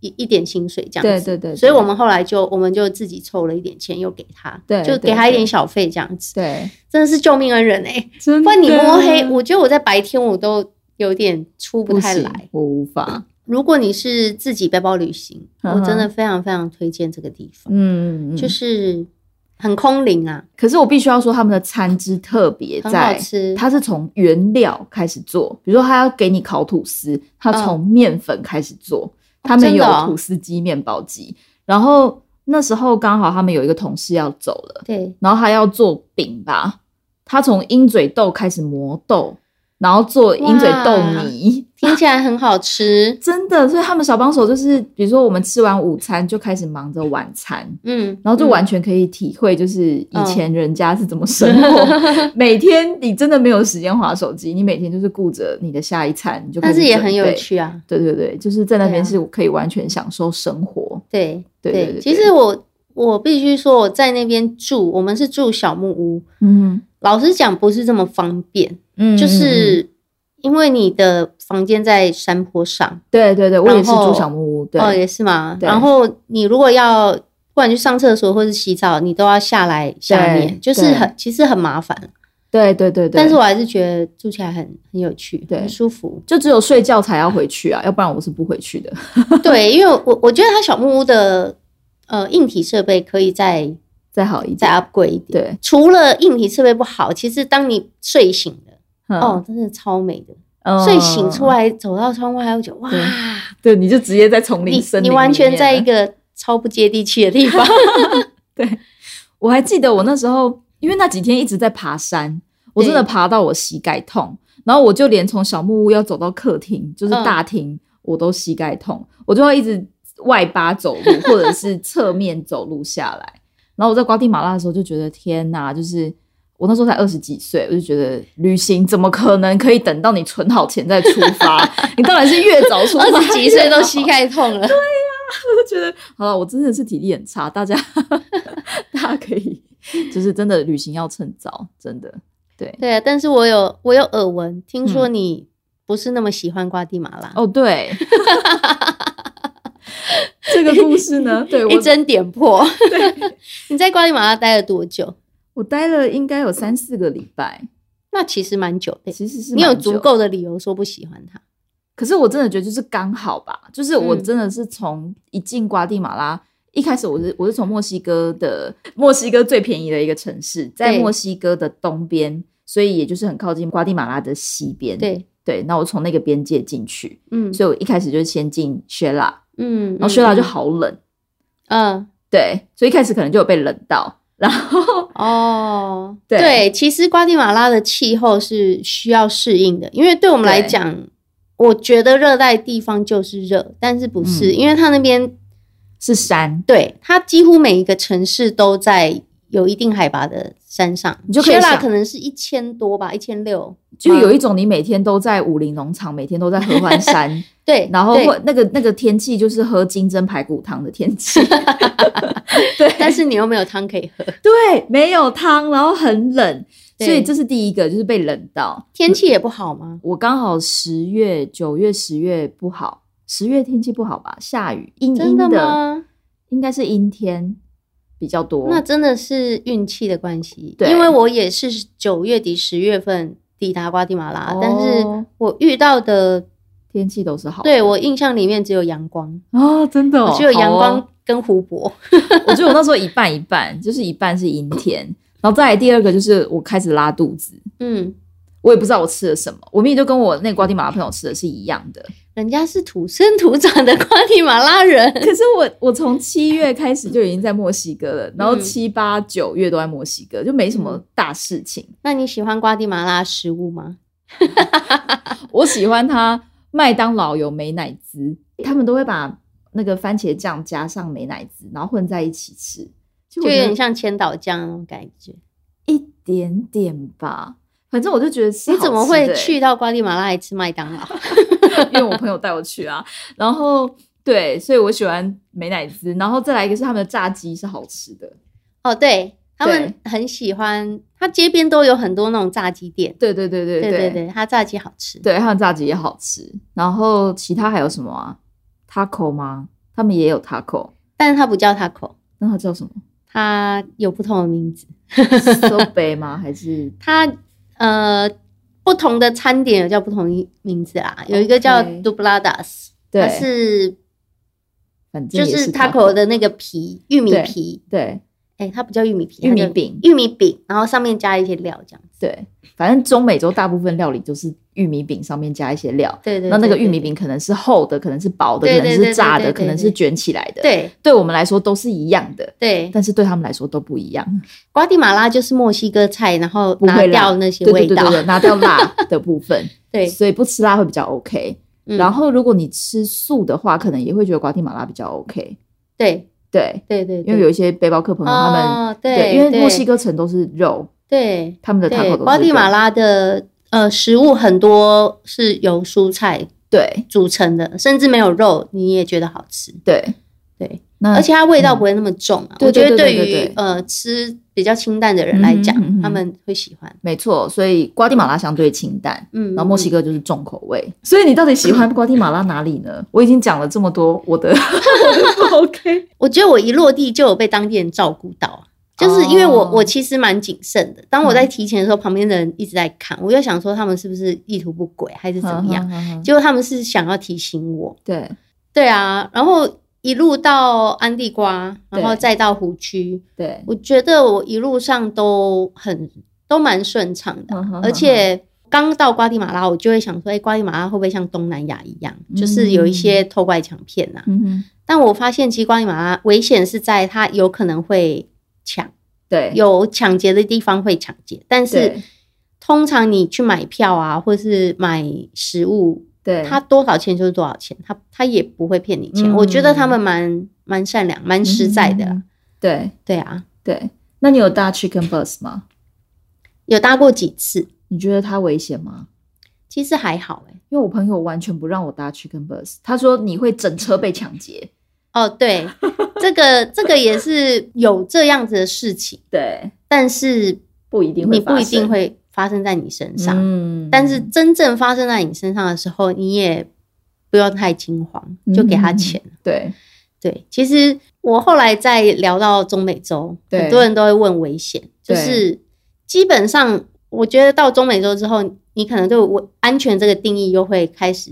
一一点薪水这样对子。对对，所以对我们后来就我们就自己凑了一点钱，又给他，对就对给他一对点小费这样子，对，真的是救命恩人哎、真不然你的摸黑，我觉得我在白天我都有点出不太行来。我无法，如果你是自己背包旅行，嗯我真的哼非常非常推荐这个地方，嗯，嗯嗯就是很空灵啊，可是我必须要说，他们的餐之特别很好在，吃。它是从原料开始做，比如说他要给你烤吐司，他从面粉开始做，他们真有的哦吐司机、面包机。然后那时候刚好他们有一个同事要走了，对，然后他要做饼吧，他从鹰嘴豆开始磨豆，然后做鹰嘴豆泥。听起来很 好吃。真的，所以他们小帮手就是，比如说我们吃完午餐就开始忙着晚餐，嗯，然后就嗯完全可以体会，就是以前人家是怎么生活。每天你真的没有时间划手机，你每天就是顾着你的下一餐，你就开嗯但始是也准很有备。趣啊。对对对，就是在那边对啊是可以完全享受生活。对对对对其对实我我必须说，我在那边住，我们是住小木屋。嗯老实讲，不是这么方便，嗯就是因为你的房间在山坡上，对对对，我也是然后住小木屋，对，哦，也是嘛。对然后你如果要不管去上厕所或是洗澡，你都要下来下面，就是对很其实很麻烦。对对对对。但是我还是觉得住起来很很有趣，对很 。舒服就只有睡觉才要回去啊，要不然我是不回去 的。对，因为我我觉得它小木屋的呃硬体设备可以再再好一再点， upgrade 一点。对，除了硬体设备不好，其实当你睡醒了，哦，真的超美的。嗯睡醒出，来走到窗外，还会觉得哇，对对，你就直接在丛林你森林你里完全面在了一个超不接地气 的地方。我还记得我那时候，因为那几天一直在爬山，我真的对爬到我膝盖痛，然后我就连从小木屋要走到客厅，就是嗯大厅，我都膝盖痛，我就会一直外八走路，或者是侧面走路下来。然后我在瓜地马拉的时候就觉得天哪，就是我那时候才二十几岁，我就觉得旅行怎么可能可以等到你存好钱再出发？ 你当然是越早出发，二十几岁越都好膝盖痛 了，就 觉得好了，我真的是体力很差，大家 大家可以就是真的旅行要趁早，真的对对啊，但是我有我有耳闻，听说嗯你不是那么喜欢瓜地马拉，哦对。 这个故事呢，对我 一针点破。 你在瓜地马拉待了多久？我待了应该有三四个礼拜，那其实蛮久的。其实是你有蛮久嗯足，够的理由说不喜欢它，可是我真的觉得就是刚好吧，就是我嗯真的是从一进瓜地马拉。一开始我是我是从墨西哥的墨西哥最便宜的一个城市，在对墨西哥的东边，所以也就是很靠近瓜地马拉的西边。对，对，那我从那个边界进去，嗯所以我哦一开始就是先进雪拉，嗯，然后雪拉就嗯，好冷，嗯对，所以一开始可能就有被冷到，然 后哦，对对，其实瓜地马拉的气候是需要适应的，因为对我们来对讲，我觉得热带地方就是热，但是不是，嗯因为它那边是山，对，它几乎每一个城市都在有一定海拔的山上，你就可以 Shela 想可能是一千多吧，一千六。就有一种你每天都在武林农场，每天都在合欢 山，对，然后对或那个那个天气就是喝金针排骨汤的天 气，对，但是你又没有汤可以嗯喝，对没有汤，然后很冷，所以对这是第一个就是被冷到。天气也不好吗？我刚好十月、九月、十月不好，十月天气不好吧，下雨，阴阴真的吗？应该是阴天比较多。那真的是运气的关系，对因为我也是九月底十月份抵达瓜地马拉，哦但是我遇到的，天气都是好的，对我印象里面只有阳光，哦，真的、哦，只有阳好光哦跟湖泊。我觉得我那时候一半一半， 就是一半是阴天，然后再来第二个就是我开始拉肚子，嗯，我也不知道我吃了什么，我明明就跟我那瓜地马拉朋友吃的是一样的， 人家是土生土长的瓜地马拉人，可是我我从七月开始就已经在墨西哥了，然后七八九月都在墨西哥，就没什么大事情。那你喜欢瓜地马拉食物吗？我喜欢它麦当劳有美乃滋，他们都会把那个番茄酱加上美乃滋，然后混在一起吃，就就我有觉得点像千岛酱那种感觉。一点点吧。反正我就觉得是你怎么好吃会的欸去？到瓜地马拉来吃麦当劳？ 因为我朋友带我去啊。然后对，所以我喜欢美乃滋，然后再来一个是他们的炸鸡是好吃的。哦，对他们很喜欢，他街边都有很多那种炸鸡店。对对对对对对对对，他炸鸡好吃。对，他们炸鸡也好吃。然后其他还有什么啊？taco 吗？他们也有 taco，但是它不叫 taco，那它叫 什么它有不同的名字。 ？sobe 吗？还是它呃，不同的餐点有叫不同的名字啦。有一个叫 OK dubladas，它哦对？是反正就也是 taco taco 的那个皮，玉米对皮。对哎，它不叫玉米皮，玉米它叫饼玉米饼，然后上面加一些料这样子。对，反正中美洲大部分料理就是玉米饼上面加一些料。对对，那那个对玉米，饼可能是厚的，可能是薄的，对可能对是对炸对的，对可能对是卷起来的。对，对对我们来说都是一样的，对，嗯但是对他们来说都不一样，瓜地马拉就是墨西哥菜，然后不拿会辣掉那些对味对对道 对，。对拿掉辣的部分，对，所以不吃辣会比较 OK。嗯然后如果你吃素的话，可能也会觉得瓜地马拉比较 OK。对对，对嗯对，因为有一些背包客朋友他们，哦对，因为墨西哥哥城都是肉，对他们的 taco 对都是瓜地马肉，拉的呃食物很多是由蔬菜对组成的，甚至没有肉你也觉得好吃。对。对，那而且它味道不会那么重嗯啊。对我对觉得对对对于对呃吃比较清淡的人来讲嗯哼嗯哼，他们会喜欢。没错，所以瓜地马拉相对清淡，嗯，然后墨西哥就是重口味。所以你到底喜欢瓜地马拉哪里呢？我已经讲了这么多，我的我的 不 OK，我觉得我一落地就有被当地人照顾到，啊就是因为我、哦我其实蛮谨慎的。当我在提前的时候，旁边的人一直在看，我又想说他们是不是意图不轨还是怎么样，样？结果他们是想要提醒我。 对，对啊，然后一路到安地瓜，然后对再到湖区，对，我觉得我一路上都很都蛮顺畅的，嗯哼而且。刚到瓜地马拉，我就会想说，哎、瓜地马拉会不会像东南亚一样，就是有一些偷拐抢骗啊？嗯哼，但我发现，其实瓜地马拉危险是在它有可能会抢，对，有抢劫的地方会抢劫，但是对通常你去买票啊，或是买食物，对它多少钱就是多少钱，它它也不会骗你钱。嗯我觉得他们蛮蛮善良、蛮实在的啦。嗯对对啊，对。那你有搭 Chicken Bus 吗？有搭过几次，你觉得它危险吗？其实还好哎、因为我朋友完全不让我搭 Chicken Bus，他说你会整车被抢劫。哦，对， 这个这个也是有这样子的事情，对，但是不一定会你发生，不一定会发生在你身上。嗯但是真正发生在你身上的时候，你也不要太惊慌，嗯就给他钱。对对，其实我后来在聊到中美洲，对很多人都会问危险，就对是基本上我觉得到中美洲之后，你可能对我安全这个定义又会开始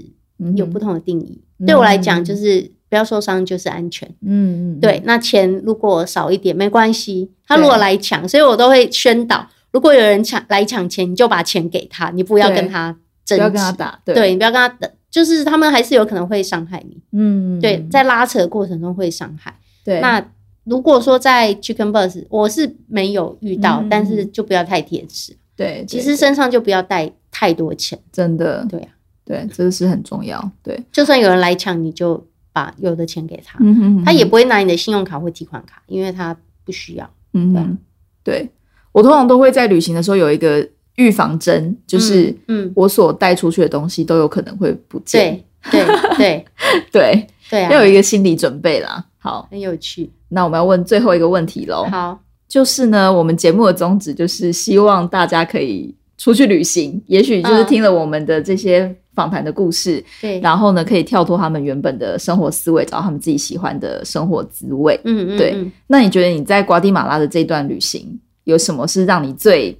有不，同的定义。嗯对我来讲，就是不要受伤就是安全。嗯哼嗯嗯，嗯对，，那钱如果少一点没关系，他对如果来抢，所以我都会宣导，如果有人抢来抢钱，你就把钱给他，你不要对跟他不争要跟执他打，对对，你不要跟他等，就是他们还是有可能会伤害你。嗯，嗯对嗯，在拉扯的过程中会伤害。对那如果说在 Chicken Bus，我是没有遇到，嗯但是就不要太贴齿，对，其对实对身上就不要带太多钱。真的对啊，对，这个是很重要，对，就算有人来抢，你就把有的钱给他，嗯哼他也不会拿你的信用卡或提款卡，因为他不需要。嗯哼，啊对我通常都会在旅行的时候有一个预防针，就是嗯，嗯我所带出去的东西都有可能会不见，对对对对，对啊，要有一个心理准备啦。好，很有趣。那我们要问最后一个问题喽，好，就是呢，我们节目的宗旨就是希望大家可以出去旅行，也许就是嗯听了我们的这些访谈的故事，对，然后呢，可以跳脱他们原本的生活思维，找到他们自己喜欢的生活滋味。嗯嗯，对嗯那你觉得你在瓜地马拉的这段旅行，有什么是让你最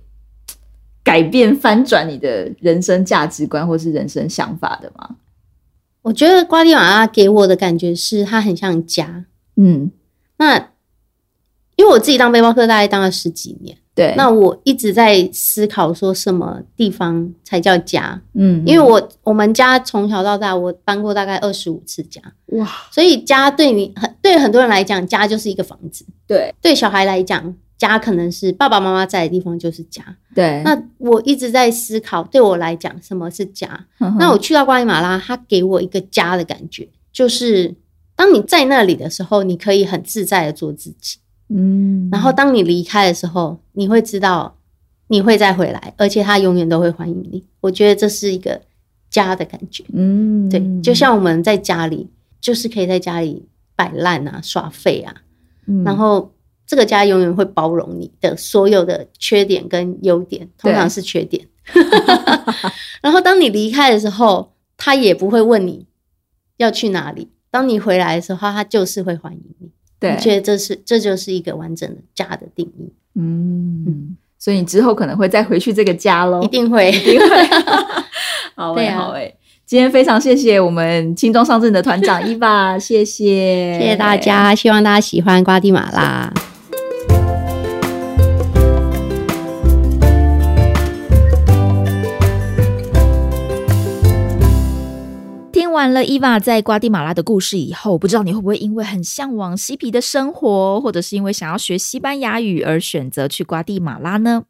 改变、翻转你的人生价值观或是人生想法的吗？我觉得瓜地马拉给我的感觉是它很像家。嗯，那因为我自己当背包客大概当了十几年，对。那我一直在思考说什么地方才叫家，嗯，因为我我们家从小到大我搬过大概二十五次家，哇，所以家对你很对很多人来讲，家就是一个房子；对对小孩来讲，家可能是爸爸妈妈在的地方就是家。对，那我一直在思考，对我来讲什么是家？那那我去到瓜地马拉，它给我一个家的感觉，就是当你在那里的时候，你可以很自在的做自己。嗯，然后当你离开的时候，你会知道你会再回来，而且他永远都会欢迎你。我觉得这是一个家的感觉，嗯，对，就像我们在家里，就是可以在家里摆烂啊、耍废啊，嗯然后这个家永远会包容你的所有的缺点跟优点，通常是缺点。 然后当你离开的时候，他也不会问你要去哪里。当你回来的时候，他就是会欢迎你。对我，觉得这是这就是一个完整的家的定义。嗯，所以你之后可能会再回去这个家喽一。定会。 好对诶，啊好诶，今天非常谢谢我们轻装上阵的团长伊爸，谢谢，谢谢大。家，希望大家喜欢瓜地马拉。听完了伊娃在瓜地马拉的故事以后，不知道你会不会因为很向往嬉皮的生活，或者是因为想要学西班牙语而选择去瓜地马拉呢？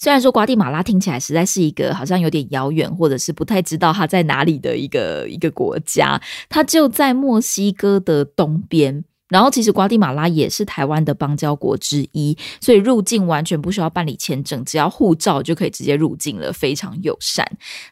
虽然说瓜地马拉听起来实在是一个好像有点遥远，或者是不太知道它在哪里的一个一个国家，它就在墨西哥的东边。然后其实瓜地马拉也是台湾的邦交国之一，所以入境完全不需要办理签证，只要护照就可以直接入境了，非常友善。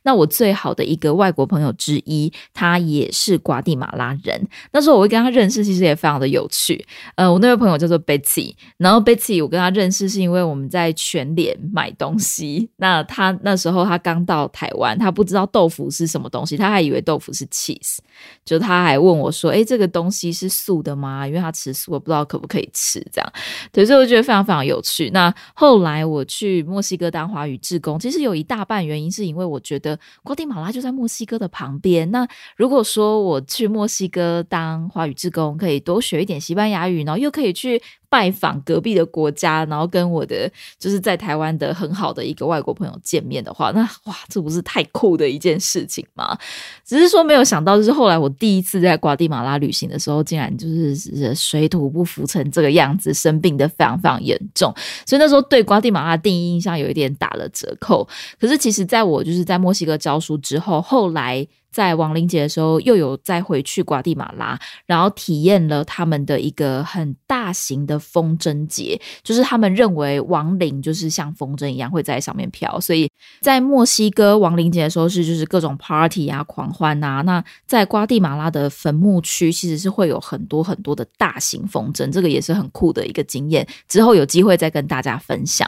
那我最好的一个外国朋友之一，他也是瓜地马拉人。那时候我会跟他认识，其实也非常的有趣。呃，我那位朋友叫做 Betsy，然后 Betsy 我跟他认识是因为我们在全联买东西。那他那时候他刚到台湾，他不知道豆腐是什么东西，他还以为豆腐是 cheese，就他还问我说：“诶，这个东西是素的吗？”因为他吃素，我不知道可不可以吃这样。对，所以我觉得非常非常有趣。那后来我去墨西哥当华语志工，其实有一大半原因是因为我觉得瓜地马拉就在墨西哥的旁边。那如果说我去墨西哥当华语志工，可以多学一点西班牙语，然后又可以去拜访隔壁的国家，然后跟我的就是在台湾的很好的一个外国朋友见面的话，那哇，这不是太酷的一件事情吗？只是说没有想到，就是后来我第一次在瓜地马拉旅行的时候，竟然就是水土不服成这个样子，生病的非常非常严重，所以那时候对瓜地马拉的第一印象有一点打了折扣。可是其实在我就是在墨西哥教书之后，后来。在亡灵节的时候，又有再回去瓜地马拉，然后体验了他们的一个很大型的风筝节，就是他们认为亡灵就是像风筝一样会在上面飘，所以在墨西哥亡灵节的时候是就是各种 party 啊、狂欢啊。那在瓜地马拉的坟墓区其实是会有很多很多的大型风筝，这个也是很酷的一个经验。之后有机会再跟大家分享。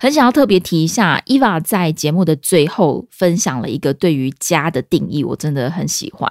很想要特别提一下，伊娃在节目的最后分享了一个对于家的定义，我真的很喜欢。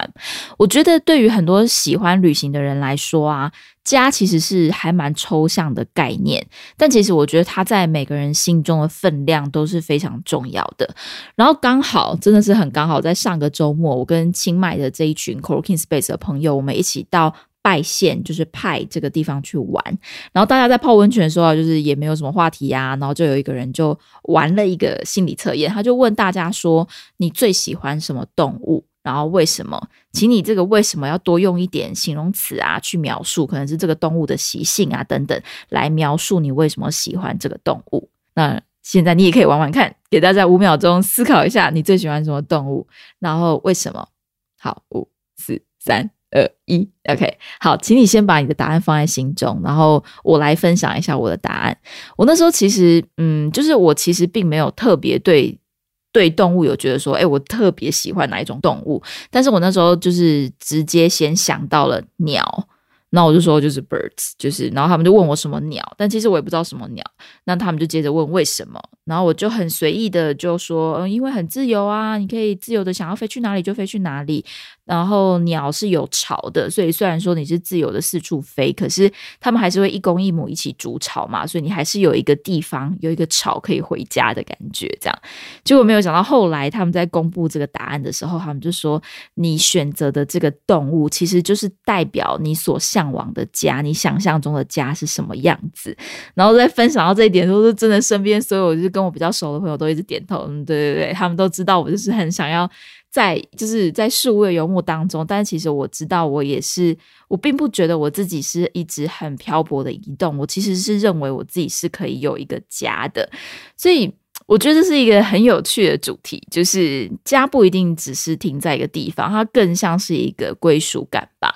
我觉得对于很多喜欢旅行的人来说啊，家其实是还蛮抽象的概念，但其实我觉得它在每个人心中的分量都是非常重要的。然后刚好真的是很刚好，在上个周末，我跟清迈的这一群 Cooking Space 的朋友，我们一起到。拜县就是派这个地方去玩，然后大家在泡温泉的时候，啊就是也没有什么话题啊，然后就有一个人就玩了一个心理测验，他就问大家说：“你最喜欢什么动物？然后为什么？”请你这个为什么要多用一点形容词啊，去描述可能是这个动物的习性啊等等，来描述你为什么喜欢这个动物。那现在你也可以玩玩看，给大家五秒钟思考一下，你最喜欢什么动物，然后为什么？好，五、四、三。二一，OK，好，请你先把你的答案放在心中，然后我来分享一下我的答案。我那时候其实，嗯，就是我其实并没有特别对对动物有觉得说，哎、欸，我特别喜欢哪一种动物，但是我那时候就是直接先想到了鸟。那我就说就是 birds，就是，然后他们就问我什么鸟，但其实我也不知道什么鸟。那他们就接着问为什么，然后我就很随意的就说，嗯，因为很自由啊，你可以自由的想要飞去哪里就飞去哪里。然后鸟是有巢的，所以虽然说你是自由的四处飞，可是他们还是会一公一母一起筑巢嘛，所以你还是有一个地方有一个巢可以回家的感觉。这样，结果没有想到后来他们在公布这个答案的时候，他们就说你选择的这个动物其实就是代表你所向往的家，你想象中的家是什么样子？然后在分享到这一点的时候，是真的身边所有就是跟我比较熟的朋友都一直点头，嗯，对对对，他们都知道我就是很想要在就是在数位游牧当中，但是其实我知道我也是，我并不觉得我自己是一直很漂泊的移动，我其实是认为我自己是可以有一个家的，所以。我觉得这是一个很有趣的主题，就是家不一定只是停在一个地方，它更像是一个归属感吧。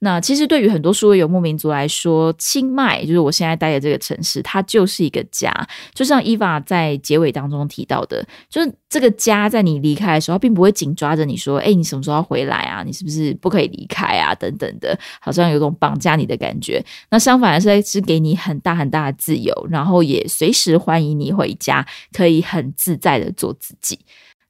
那其实对于很多数位游牧民族来说，清迈就是我现在待的这个城市，它就是一个家。就像伊娃在结尾当中提到的，就是这个家在你离开的时候，它并不会紧抓着你说：“哎、欸，你什么时候要回来啊？你是不是不可以离开啊？”等等的，好像有种绑架你的感觉。那相反是是给你很大很大的自由，然后也随时欢迎你回家。可以很自在的做自己。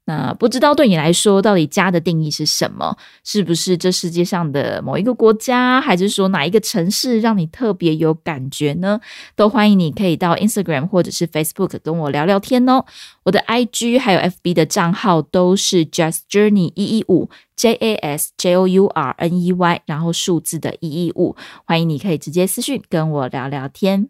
那不知道对你来说，到底家的定义是什么？是不是这世界上的某一个国家，还是说哪一个城市让你特别有感觉呢？都欢迎你可以到 Instagram 或者是 Facebook 跟我聊聊天哦。我的 IG 还有 FB 的账号都是 Just Journey 一一五 J A S J O U R N E Y，然后数字的一一五，欢迎你可以直接私讯跟我聊聊天。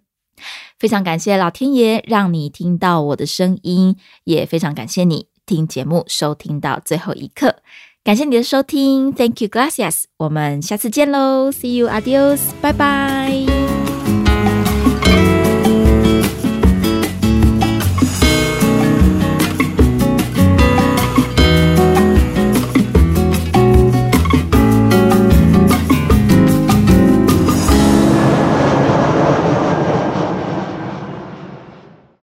非常感谢老天爷让你听到我的声音，也非常感谢你听节目收听到最后一刻，感谢你的收听，Thank you, gracias，我们下次见喽，See you, adios，拜拜。